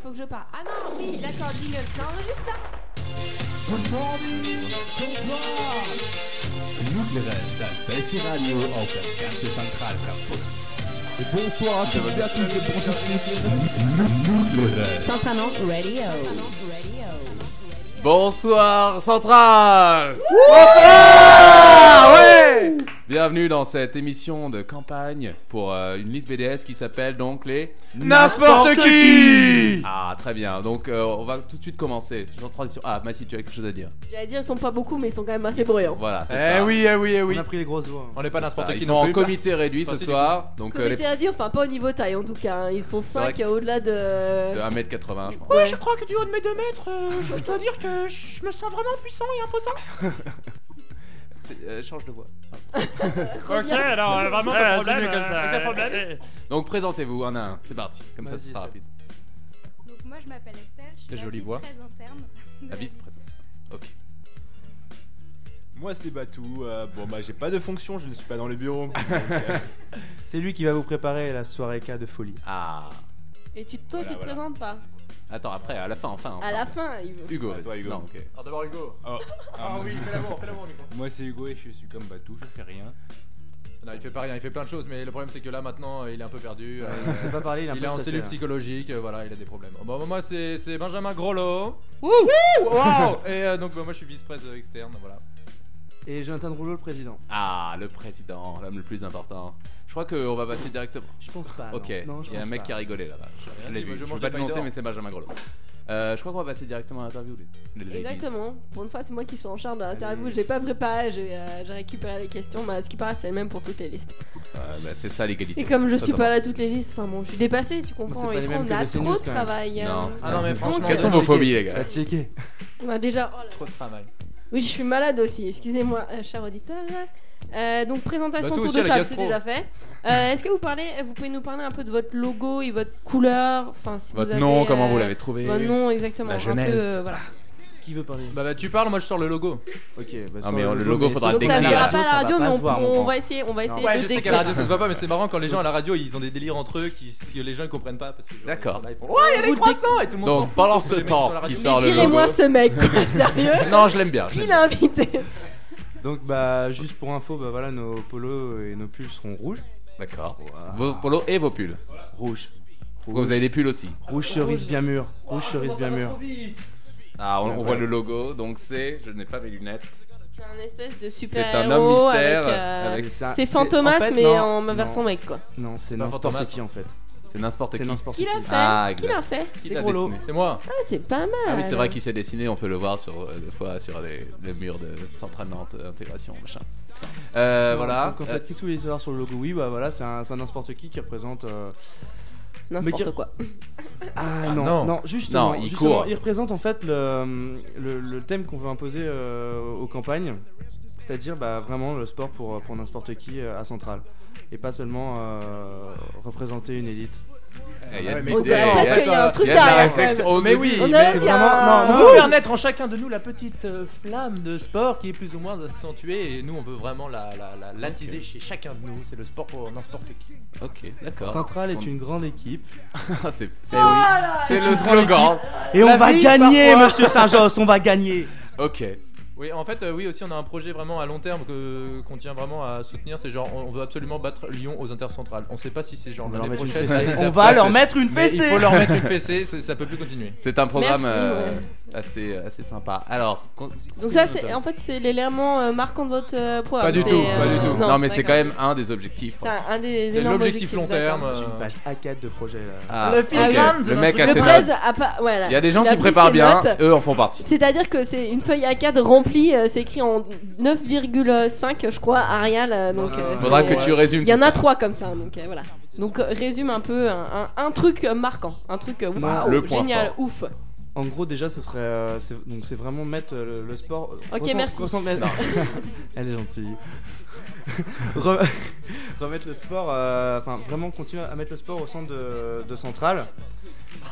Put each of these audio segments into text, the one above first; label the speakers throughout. Speaker 1: faut que je parle. Ah non, oui, d'accord, jingle. Ça enregistre là
Speaker 2: Good Morgen, bonsoir.
Speaker 3: Nucleares, das beste Radio auf das ganze Zentralcampus.
Speaker 2: Et bonsoir à toutes et à tous et
Speaker 3: Nucleares.
Speaker 4: Santana Radio.
Speaker 5: Bonsoir Central
Speaker 2: Bonsoir Ouais
Speaker 5: Bienvenue dans cette émission de campagne pour euh, une liste BDS qui s'appelle donc les...
Speaker 2: N'importe qui
Speaker 5: Ah très bien, donc euh, on va tout de suite commencer. Genre transition. Ah Mathis, tu as quelque chose à dire
Speaker 1: J'allais dire, ils sont pas beaucoup, mais ils sont quand même assez bruyants.
Speaker 5: Voilà, c'est
Speaker 2: Eh
Speaker 5: ça.
Speaker 2: oui, eh oui, eh oui
Speaker 6: On a pris les grosses voix.
Speaker 2: On n'est pas
Speaker 5: C'est ça.
Speaker 2: n'importe qui
Speaker 5: Ils sont
Speaker 2: non
Speaker 5: en
Speaker 2: plus.
Speaker 5: comité réduit ce
Speaker 2: Sortez du
Speaker 5: soir, donc euh, les...
Speaker 1: Comité à dire, enfin pas au niveau taille en tout cas. hein. Ils sont
Speaker 5: vrai
Speaker 1: 5
Speaker 5: que-
Speaker 1: au-delà de.
Speaker 5: de 1m80 je pense.
Speaker 1: Ouais.
Speaker 7: crois que du haut de mes 2 mètres, euh, je dois dire que je me sens vraiment puissant et imposant.
Speaker 5: C'est- euh, change de voix.
Speaker 1: Reviens.
Speaker 7: alors euh, vraiment, pas de problème. Comme ça, pas de problème.
Speaker 5: Donc présentez-vous un à un, c'est parti, comme ça ce
Speaker 6: Vas-y,
Speaker 5: sera
Speaker 6: c'est-
Speaker 5: rapide.
Speaker 8: Donc moi je m'appelle Estelle, je suis
Speaker 5: Quelle
Speaker 8: la
Speaker 5: jolie voix.
Speaker 8: vice-presse interne. de
Speaker 5: La vice présente. Ok.
Speaker 3: Moi c'est Batou, Euh, bon bah j'ai pas de fonction, je ne suis pas dans le bureau. Donc, euh,
Speaker 6: C'est lui qui va vous préparer la soirée K de folie.
Speaker 5: Ah...
Speaker 1: Et tu, toi,
Speaker 3: Voilà,
Speaker 1: tu te
Speaker 3: voilà.
Speaker 1: présentes pas.
Speaker 5: Attends, après, à la fin, enfin, enfin.
Speaker 1: À la fin, il veut.
Speaker 5: Hugo,
Speaker 3: Ah, toi, Hugo.
Speaker 5: Non, ok.
Speaker 2: Alors d'abord Hugo.
Speaker 3: ah, moi-
Speaker 2: fais l'amour, fais l'amour Hugo.
Speaker 3: Moi c'est Hugo et je suis comme Batou, je fais rien.
Speaker 2: Non, il fait pas rien, il fait plein de choses, mais le problème c'est que là maintenant il est un peu perdu. euh,
Speaker 6: On sait pas parler, il est un
Speaker 2: il
Speaker 6: peu
Speaker 2: est en
Speaker 6: stressé,
Speaker 2: cellule
Speaker 6: là.
Speaker 2: psychologique, euh, voilà, il a des problèmes. Bon, bah, moi c'est c'est Benjamin Grollo. Wouh Wow Et euh, donc bah, moi je suis vice-presse euh, externe, voilà.
Speaker 6: Et Jonathan Rouleau, le président.
Speaker 5: Ah, le président, l'homme le plus important. Je crois qu'on va passer directement.
Speaker 6: Je pense pas. non.
Speaker 5: Ok,
Speaker 6: Ah, Non, je
Speaker 5: il y a un
Speaker 6: pense
Speaker 5: mec
Speaker 6: pas.
Speaker 5: qui a rigolé là-bas. Je-
Speaker 2: rien
Speaker 5: Je l'ai
Speaker 2: dit, moi,
Speaker 5: vu.
Speaker 2: je
Speaker 5: Je
Speaker 2: mange
Speaker 5: peux pas
Speaker 2: des
Speaker 5: l'annoncer,
Speaker 2: pailles
Speaker 5: mais c'est Benjamin Grelot. Euh, je crois qu'on va passer directement à l'interview. les- les ladies.
Speaker 1: Exactement. Pour une fois, c'est moi qui suis en charge de l'interview. J'ai pas préparé, j'ai euh, j'ai récupéré les questions. Mais à ce qui paraît, c'est le même pour toutes les listes.
Speaker 5: Euh, bah, c'est ça l'égalité.
Speaker 1: Et comme je suis
Speaker 5: Totalement.
Speaker 1: pas là toutes les listes, enfin bon, je suis dépassée, tu comprends.
Speaker 6: Bah, c'est pas
Speaker 1: Et
Speaker 6: les
Speaker 1: trop,
Speaker 6: mêmes
Speaker 1: on
Speaker 6: que
Speaker 1: a
Speaker 6: le CNews,
Speaker 1: trop de
Speaker 6: quand même.
Speaker 1: travail.
Speaker 5: Non,
Speaker 1: euh,
Speaker 5: c'est
Speaker 2: Ah non, mais
Speaker 5: Donc,
Speaker 2: franchement,
Speaker 5: Quelles sont
Speaker 2: va
Speaker 5: vos
Speaker 2: checker.
Speaker 5: phobies, les gars
Speaker 6: Va checker.
Speaker 1: on a déjà. oh là là.
Speaker 2: Trop de travail.
Speaker 1: Oui, je suis malade aussi, excusez-moi, euh, cher auditeur. Euh, donc, présentation
Speaker 2: Bah, toi
Speaker 1: tour
Speaker 2: aussi,
Speaker 1: de
Speaker 2: elle a
Speaker 1: table,
Speaker 2: gastro.
Speaker 1: c'est déjà fait. Euh, Est-ce que vous, parlez, vous pouvez nous parler un peu de votre logo et votre couleur enfin, si vous
Speaker 5: Votre
Speaker 1: avez,
Speaker 5: nom,
Speaker 1: euh,
Speaker 5: comment vous l'avez trouvé
Speaker 1: Votre nom, exactement.
Speaker 5: La
Speaker 1: un
Speaker 5: genèse,
Speaker 1: peu, euh,
Speaker 5: tout ça.
Speaker 1: voilà.
Speaker 6: Qui veut parler
Speaker 2: Bah, bah tu parles, moi je sors le logo.
Speaker 6: Ok, bah,
Speaker 5: Ah,
Speaker 6: sans
Speaker 5: mais on- le logo,
Speaker 6: mais sans
Speaker 5: faudra
Speaker 1: Donc, ça
Speaker 5: décliner
Speaker 1: se
Speaker 6: la
Speaker 1: verra pas
Speaker 6: radio,
Speaker 1: à la
Speaker 6: ça va
Speaker 1: radio, mais
Speaker 6: se
Speaker 1: on,
Speaker 6: voir,
Speaker 1: on
Speaker 6: mon grand.
Speaker 1: va essayer, on va essayer
Speaker 2: Ouais,
Speaker 1: de
Speaker 2: je sais qu'à
Speaker 1: décrire.
Speaker 2: la radio ça se voit pas, mais c'est marrant quand les gens à la radio ils ont des délires entre eux qui, que les gens ils comprennent pas. parce que genre,
Speaker 5: D'accord.
Speaker 2: ils sont là, ils font, Ouais, il y a des croissants Et tout le monde s'en
Speaker 5: Donc
Speaker 2: fout,
Speaker 5: pendant
Speaker 2: sauf
Speaker 5: ce
Speaker 2: que les mecs
Speaker 5: temps
Speaker 2: sur la radio.
Speaker 5: qui
Speaker 1: Mais
Speaker 5: sort le logo.
Speaker 1: virez-moi ce mec, quoi, sérieux
Speaker 5: Non, je l'aime bien. je
Speaker 1: Qui
Speaker 5: l'aime
Speaker 1: l'a invité
Speaker 6: Donc, bah, juste pour info, bah voilà, nos polos et nos pulls seront rouges.
Speaker 5: bien. D'accord.
Speaker 6: Voilà.
Speaker 5: Vos polos et vos pulls.
Speaker 6: Rouge.
Speaker 5: Vous avez des pulls aussi.
Speaker 6: Rouge cerise bien mûr. Rouge cerise bien mûr.
Speaker 5: Ah, on,
Speaker 6: C'est
Speaker 5: on voit
Speaker 6: vrai.
Speaker 5: le logo. Donc c'est. Je n'ai pas mes lunettes.
Speaker 1: C'est un espèce de super
Speaker 5: C'est un homme mystère.
Speaker 1: avec, euh,
Speaker 5: avec-
Speaker 6: ça-
Speaker 1: C'est Fantomas,
Speaker 6: en fait,
Speaker 1: mais
Speaker 6: non,
Speaker 1: en
Speaker 6: non.
Speaker 1: version mec, quoi.
Speaker 6: Non, c'est
Speaker 2: pas
Speaker 6: n'importe
Speaker 2: Fantomas,
Speaker 6: qui en fait.
Speaker 5: C'est n'importe
Speaker 6: C'est
Speaker 5: qui.
Speaker 6: n'importe
Speaker 1: Qui
Speaker 6: qui.
Speaker 1: l'a fait
Speaker 5: Ah,
Speaker 1: Qui
Speaker 5: exact.
Speaker 1: l'a fait
Speaker 5: Qui
Speaker 2: C'est
Speaker 5: l'a
Speaker 2: Grollo.
Speaker 5: dessiné
Speaker 2: C'est moi.
Speaker 1: Ah, c'est pas mal.
Speaker 5: Ah oui, c'est vrai qu'il s'est dessiné, on peut le voir sur, euh, des fois sur les, les murs de Centrale Nantes euh, Intégration, machin. Euh, voilà.
Speaker 6: Donc, en fait, qu'est-ce que vous voulez savoir sur le logo Oui, bah voilà, c'est un c'est un n'importe qui qui représente. euh, Mais
Speaker 1: N'importe
Speaker 6: qui-
Speaker 1: quoi.
Speaker 6: Ah,
Speaker 2: Ah,
Speaker 6: non,
Speaker 2: non.
Speaker 6: non, justement,
Speaker 5: Non, il
Speaker 6: justement,
Speaker 5: court.
Speaker 6: il représente en fait le, le- le thème qu'on veut imposer euh, aux campagnes, c'est-à-dire bah, vraiment le sport pour, pour n'importe qui euh, à Centrale, et pas seulement euh, représenter une élite.
Speaker 5: euh, il y a
Speaker 2: Ah ouais,
Speaker 5: de
Speaker 2: mais
Speaker 1: On
Speaker 5: l'idée,
Speaker 1: dirait
Speaker 2: Attends,
Speaker 1: presque qu'il y a un truc
Speaker 5: il y a de la
Speaker 1: derrière, quand même.
Speaker 5: réflexion. Oh,
Speaker 2: Mais oui,
Speaker 1: On
Speaker 2: mais
Speaker 1: a
Speaker 2: c'est
Speaker 1: aussi un...
Speaker 6: vraiment- non,
Speaker 2: On
Speaker 6: non.
Speaker 2: veut faire naître en chacun de nous la petite euh, flamme de sport qui est plus ou moins accentuée et nous on veut vraiment la, la, la, l'attiser chez chacun de nous. C'est le sport pour n'importe qui.
Speaker 5: Ok, d'accord.
Speaker 6: Centrale
Speaker 5: On-
Speaker 6: est une grande équipe.
Speaker 5: Ah, c'est c'est-
Speaker 1: Oh
Speaker 5: c'est le slogan.
Speaker 6: Et
Speaker 2: La
Speaker 6: on va
Speaker 2: vie,
Speaker 6: gagner, monsieur Saint-Jos, on va gagner
Speaker 5: Ok.
Speaker 2: Oui, en fait, euh, oui aussi on a un projet vraiment à long terme que, qu'on tient vraiment à soutenir. C'est genre on on veut absolument battre Lyon aux intercentrales. On sait pas si c'est genre
Speaker 6: On va leur
Speaker 2: l'année
Speaker 6: mettre une
Speaker 2: prochaine.
Speaker 6: fessée.
Speaker 2: l'année
Speaker 6: On
Speaker 2: d'après,
Speaker 6: va leur
Speaker 2: c'est-
Speaker 6: mettre une
Speaker 2: mais Il faut
Speaker 6: fessée
Speaker 2: leur mettre une fessée, c'est- ça peut plus continuer.
Speaker 5: C'est un programme
Speaker 1: Merci,
Speaker 5: euh,
Speaker 1: ouais.
Speaker 5: assez, assez sympa. Alors, con-
Speaker 1: Donc ça, c'est en fait c'est l'élément euh, marquant de votre euh, programme.
Speaker 2: Pas du
Speaker 1: C'est,
Speaker 2: tout, pas du tout.
Speaker 5: non, mais c'est quand
Speaker 1: d'accord.
Speaker 5: même un des objectifs.
Speaker 1: C'est un- un des
Speaker 2: C'est
Speaker 1: énormes
Speaker 2: l'objectif
Speaker 1: objectifs,
Speaker 2: long terme.
Speaker 1: d'accord.
Speaker 2: euh,
Speaker 6: Une page A4 de projet. euh, là.
Speaker 5: Ah,
Speaker 2: Le
Speaker 5: ok.
Speaker 2: Finlande,
Speaker 5: Le mec
Speaker 2: notre
Speaker 5: a
Speaker 1: Le
Speaker 5: ses
Speaker 1: presse
Speaker 5: notes.
Speaker 1: a pas. Voilà.
Speaker 5: Il y a des gens
Speaker 1: Il
Speaker 5: qui
Speaker 1: pris
Speaker 5: préparent
Speaker 1: ses
Speaker 5: bien,
Speaker 1: notes.
Speaker 5: eux en font partie.
Speaker 1: C'est-à-dire que c'est une feuille A4 remplie, euh, c'est écrit en 9,5 je crois, Arial. euh, donc,
Speaker 6: c'est-
Speaker 1: euh,
Speaker 5: Il faudra
Speaker 1: c'est-
Speaker 5: que tu résumes.
Speaker 1: Il y en
Speaker 5: tout
Speaker 1: a
Speaker 5: ça.
Speaker 1: trois comme ça, donc euh, voilà. Donc euh, résume un peu un, un- un truc euh, marquant, un truc euh,
Speaker 6: Non.
Speaker 1: waouh,
Speaker 5: Le point
Speaker 1: génial, ouf.
Speaker 6: En gros, déjà, ce serait. euh, c'est- donc, c'est vraiment mettre euh, le, le sport.
Speaker 1: Ok,
Speaker 6: recent-
Speaker 1: merci.
Speaker 6: recent- mais-
Speaker 5: Non.
Speaker 6: Elle est gentille. Re- Remettre le sport. euh, Enfin, vraiment continuer à mettre le sport au centre de, de Centrale.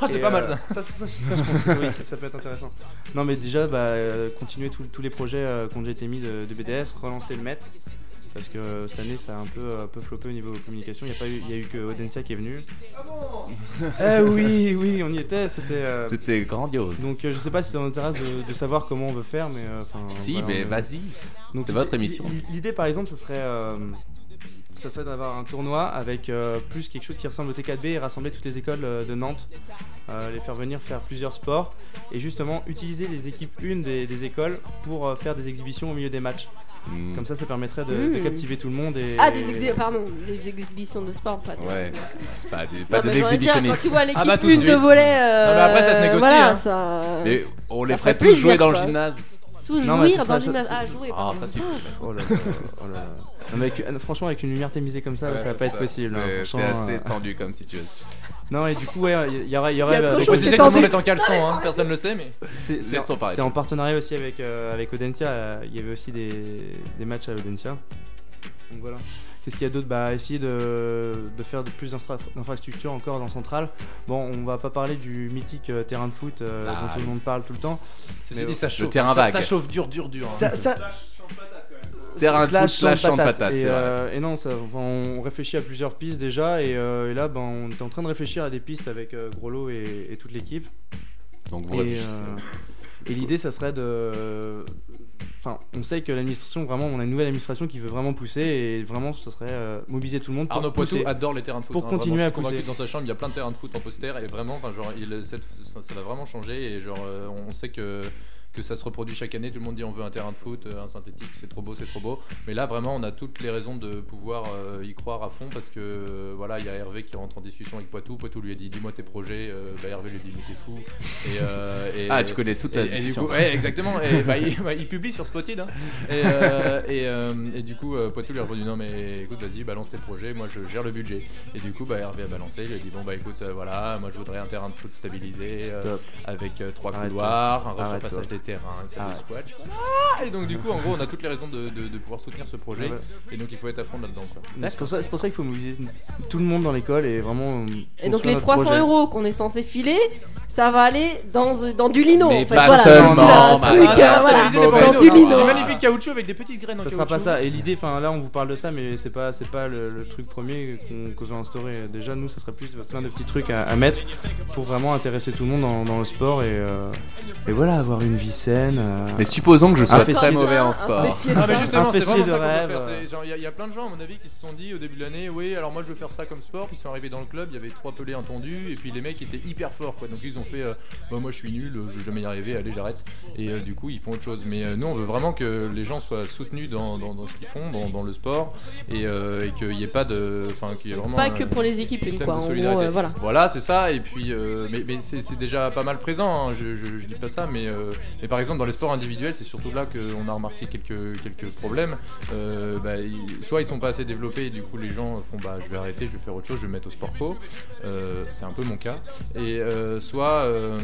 Speaker 2: Ah, c'est
Speaker 6: Et,
Speaker 2: pas mal
Speaker 6: euh, Ça,
Speaker 2: ça.
Speaker 6: ça, ça, ça, je pense que oui, ça, ça peut être intéressant. Non, mais déjà, bah, euh, continuer tous- tous les projets euh, qui ont déjà été mis de, de BDS, relancer le MET. parce que euh, cette année ça a un peu, euh, peu floppé au niveau communication. Il n'y a, pas eu- il y a eu que Odensia qui est venu.
Speaker 2: Ah
Speaker 6: eh oui, oui, on y était. C'était. euh,
Speaker 5: C'était grandiose.
Speaker 6: donc euh, je sais pas si ça m'intéresse de, de savoir comment on veut faire, mais. euh, enfin,
Speaker 5: Si,
Speaker 6: voilà,
Speaker 5: mais
Speaker 6: on-
Speaker 5: vas-y.
Speaker 6: donc,
Speaker 5: C'est
Speaker 6: l'idée-
Speaker 5: votre émission.
Speaker 6: l'i- L'idée, par exemple, ça serait, euh, ça serait d'avoir un tournoi avec euh, plus quelque chose qui ressemble au T4B et rassembler toutes les écoles euh, de Nantes, euh, les faire venir faire plusieurs sports et justement utiliser les équipes une des, des écoles pour euh, faire des exhibitions au milieu des matchs.
Speaker 5: Mm.
Speaker 6: Comme ça, ça permettrait de, de
Speaker 1: Mmh.
Speaker 6: captiver tout le monde. Et,
Speaker 1: Ah, des exhi- pardon, des exhibitions de sport, pas de.
Speaker 5: Ouais. Pas, des
Speaker 1: Non,
Speaker 5: pas
Speaker 1: mais j'aurais
Speaker 5: des
Speaker 1: dit, hein,
Speaker 5: exhibitionnistes.
Speaker 1: Quand tu vois l'équipe
Speaker 2: Ah bah, tout de
Speaker 1: une de
Speaker 2: suite.
Speaker 1: volet, euh,
Speaker 2: Non, mais après, ça se négocie,
Speaker 1: Voilà,
Speaker 2: hein.
Speaker 1: ça.
Speaker 5: Mais on
Speaker 1: Ça
Speaker 5: les
Speaker 1: ferait
Speaker 5: ferait tous jouer
Speaker 1: plaisir,
Speaker 5: dans le
Speaker 1: quoi.
Speaker 5: gymnase.
Speaker 1: Tout
Speaker 6: Non, mais
Speaker 1: jouir dans
Speaker 6: ça serait-
Speaker 1: le gymnase.
Speaker 6: ça-
Speaker 1: Ah, jouer.
Speaker 5: Ah,
Speaker 1: pardon.
Speaker 5: ça suffit.
Speaker 6: Oh là là, oh là là. Non, mais avec- euh, franchement, avec une lumière tamisée comme ça, là,
Speaker 5: Ouais,
Speaker 6: ça va
Speaker 5: c'est
Speaker 6: pas être possible. hein.
Speaker 5: C'est- C'est
Speaker 6: Franchement, euh,
Speaker 5: assez tendu comme situation.
Speaker 6: Non, et du coup, ouais, il y, aurait, il y
Speaker 1: Il y
Speaker 6: aurait
Speaker 1: a trop
Speaker 6: euh,
Speaker 1: de
Speaker 6: des-
Speaker 1: choses
Speaker 2: Je
Speaker 1: qui
Speaker 2: disais que tout le
Speaker 1: tendu.
Speaker 2: monde est en caleçon, hein, personne ne le sait, mais.
Speaker 6: C'est c'est
Speaker 5: Laisse-toi
Speaker 6: en,
Speaker 5: parler.
Speaker 6: c'est en partenariat aussi avec, euh, avec Audencia. euh, Il y avait aussi des, des matchs à Audencia. Donc voilà. Qu'est-ce qu'il y a d'autre Bah, essayer de, de faire de plus d'instra- d'infrastructures encore dans Centrale. Bon, on va pas parler du mythique euh, terrain de foot euh,
Speaker 5: Ah,
Speaker 6: dont tout le monde parle tout le temps.
Speaker 2: Ceci
Speaker 6: Mais
Speaker 2: dit, ça chauffe.
Speaker 5: terrain
Speaker 2: hein, ça-
Speaker 5: vague.
Speaker 2: Ça chauffe dur, dur, dur. hein.
Speaker 6: Ça, ça-
Speaker 5: Terrain de foot, slash champ de
Speaker 6: patate.
Speaker 5: patates,
Speaker 6: Et,
Speaker 5: c'est vrai.
Speaker 6: euh, et non, ça- enfin, on réfléchit à plusieurs pistes déjà. Et, euh, et là, ben, on est en train de réfléchir à des pistes avec euh, Groslo et- et toute l'équipe.
Speaker 5: Donc vous
Speaker 6: Et,
Speaker 5: réfléchissez.
Speaker 6: euh,
Speaker 5: C'est
Speaker 6: et
Speaker 5: cool.
Speaker 6: l'idée, ça serait de. Enfin, on sait que l'administration, vraiment, on a une nouvelle administration qui veut vraiment pousser et vraiment, ce serait euh, mobiliser tout le monde pour
Speaker 2: Arnaud Poitou
Speaker 6: pousser.
Speaker 2: adore les terrains de foot.
Speaker 6: Pour
Speaker 2: hein,
Speaker 6: continuer
Speaker 2: vraiment,
Speaker 6: à
Speaker 2: je suis convaincu
Speaker 6: pousser.
Speaker 2: que Dans sa chambre, il y a plein de terrains de foot en poster et vraiment, enfin, genre, il, cette- ça ça l'a vraiment changé et genre, euh, on sait que que ça se reproduit chaque année. Tout le monde dit on veut un terrain de foot, euh, un synthétique, c'est trop beau, c'est trop beau. Mais là, vraiment, on a toutes les raisons de pouvoir euh, y croire à fond parce que euh, voilà, il y a Hervé qui rentre en discussion avec Poitou. Poitou lui a dit dis-moi tes projets. Euh, bah, Hervé lui a dit mais t'es fou. Et, euh, et-
Speaker 5: Ah, tu connais toute la
Speaker 2: et- et du
Speaker 5: discussion.
Speaker 2: coup- ouais, exactement. Et bah, il, bah, il publie sur Spotted. hein. Et, euh, et, euh, et du coup, euh, Poitou lui a répondu Non, mais écoute, vas-y, balance tes projets, moi je gère le budget. Et du coup, bah, Hervé a balancé. Il a dit Bon, bah écoute, euh, voilà, moi je voudrais un terrain de foot stabilisé euh,
Speaker 6: Stop.
Speaker 2: avec euh, trois
Speaker 6: Arrête-toi.
Speaker 2: couloirs, un
Speaker 6: Arrête-toi.
Speaker 2: resurfaçage des terrains, une salle de
Speaker 6: Arrête.
Speaker 2: squat. Voilà. et donc, du coup, en gros, on a toutes les raisons de, de- de pouvoir soutenir ce projet.
Speaker 6: Ouais.
Speaker 2: Et donc, il faut être à fond là-dedans. quoi.
Speaker 6: Mais C'est pour ça, c'est pour ça qu'il faut mobiliser tout le monde dans l'école et vraiment. euh,
Speaker 1: Et
Speaker 6: construire
Speaker 1: donc les
Speaker 6: notre
Speaker 1: 300
Speaker 6: projet.
Speaker 1: euros qu'on est censé filer, ça va aller dans, euh, dans du lino.
Speaker 5: Mais
Speaker 1: en fait.
Speaker 5: pas
Speaker 1: voilà,
Speaker 5: seulement,
Speaker 1: dans un
Speaker 5: bah,
Speaker 1: truc, euh,
Speaker 5: bah,
Speaker 2: Ah,
Speaker 5: bah,
Speaker 1: voilà,
Speaker 5: bah, bah,
Speaker 1: dans
Speaker 5: bah,
Speaker 1: du
Speaker 5: bah,
Speaker 1: lino.
Speaker 5: bah,
Speaker 2: Des magnifiques caoutchoucs avec des petites graines en
Speaker 6: Ça
Speaker 1: euh,
Speaker 6: sera pas
Speaker 2: caoutchouc.
Speaker 6: ça. Et l'idée, enfin là, on vous parle de ça, mais c'est pas, c'est pas le, le truc premier qu'on qu'on veut instaurer. Déjà, nous, ça serait plus plein de petits trucs à, à mettre pour vraiment intéresser tout le monde dans, dans le sport et, euh, et voilà, avoir une vie saine. euh,
Speaker 5: Mais supposons que je sois
Speaker 6: fessier.
Speaker 5: très mauvais en
Speaker 1: Un
Speaker 5: sport.
Speaker 1: fessier
Speaker 2: Ah mais
Speaker 1: sain.
Speaker 2: justement,
Speaker 6: Un
Speaker 2: c'est
Speaker 6: fessier
Speaker 2: vraiment
Speaker 6: de
Speaker 2: ça qu'on veut
Speaker 6: rêve.
Speaker 2: faire. C'est- genre, Il y, a- il y a plein de gens, à mon avis, qui se sont dit au début de l'année, oui, alors moi je veux faire ça comme sport. Puis ils sont arrivés dans le club, il y avait trois pelés entendus, et puis les mecs étaient hyper forts, quoi. Donc ils ont fait, euh, bah, moi je suis nul, euh, je vais jamais y arriver, allez j'arrête. Et euh, du coup ils font autre chose. Mais euh, nous on veut vraiment que les gens soient soutenus dans, dans- dans ce qu'ils font, dans, dans le sport, et, euh, et qu'il n'y ait pas de, enfin qu'il y ait vraiment
Speaker 1: Pas
Speaker 2: un-
Speaker 1: que pour les équipes, une
Speaker 2: système
Speaker 1: quoi.
Speaker 2: de
Speaker 1: En gros,
Speaker 2: solidarité.
Speaker 1: euh, voilà.
Speaker 2: voilà, c'est ça. Et puis, euh, mais, mais c'est c'est déjà pas mal présent. hein, Je, je- je dis pas ça, mais, euh, mais par exemple dans les sports individuels, c'est surtout là qu'on a remarqué quelques quelques problèmes. Euh, bah, ils- soit ils sont pas assez développés, et du coup les gens font bah je vais arrêter, je vais faire autre chose, je vais me mettre au sport co. Euh, c'est un peu mon cas. Et euh, soit euh,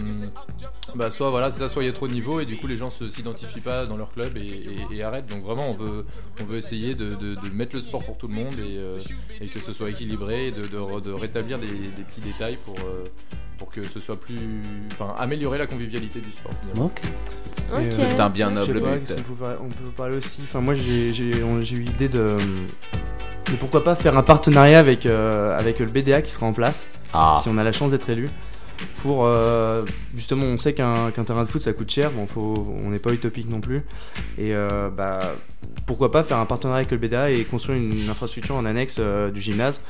Speaker 2: bah soit voilà, c'est ça, soit il y a trop de niveaux et du coup les gens se- s'identifient pas dans leur club et, et- et arrêtent. Donc vraiment on veut on veut essayer de, de- de mettre le sport pour tout le monde et euh, et que ce soit équilibré et de, de re- de rétablir des, des petits détails pour, euh, pour que ce soit plus. Enfin, améliorer la convivialité du sport finalement.
Speaker 5: Ok.
Speaker 6: euh,
Speaker 1: Ok.
Speaker 5: C'est un bien
Speaker 6: Je sais
Speaker 5: noble
Speaker 6: pas,
Speaker 5: but.
Speaker 6: qu'est-ce qu'on peut parler- on peut vous parler aussi. Enfin, moi, j'ai j'ai- on- j'ai eu l'idée de, de pourquoi pas faire un partenariat avec, euh, avec le BDA qui sera en place,
Speaker 5: Ah,
Speaker 6: si on a la chance d'être élu. Pour euh, justement, on sait qu'un qu'un terrain de foot ça coûte cher, bon, faut, on n'est pas utopique non plus. Et euh, bah, pourquoi pas faire un partenariat avec le BDA et construire une infrastructure en annexe euh, du gymnase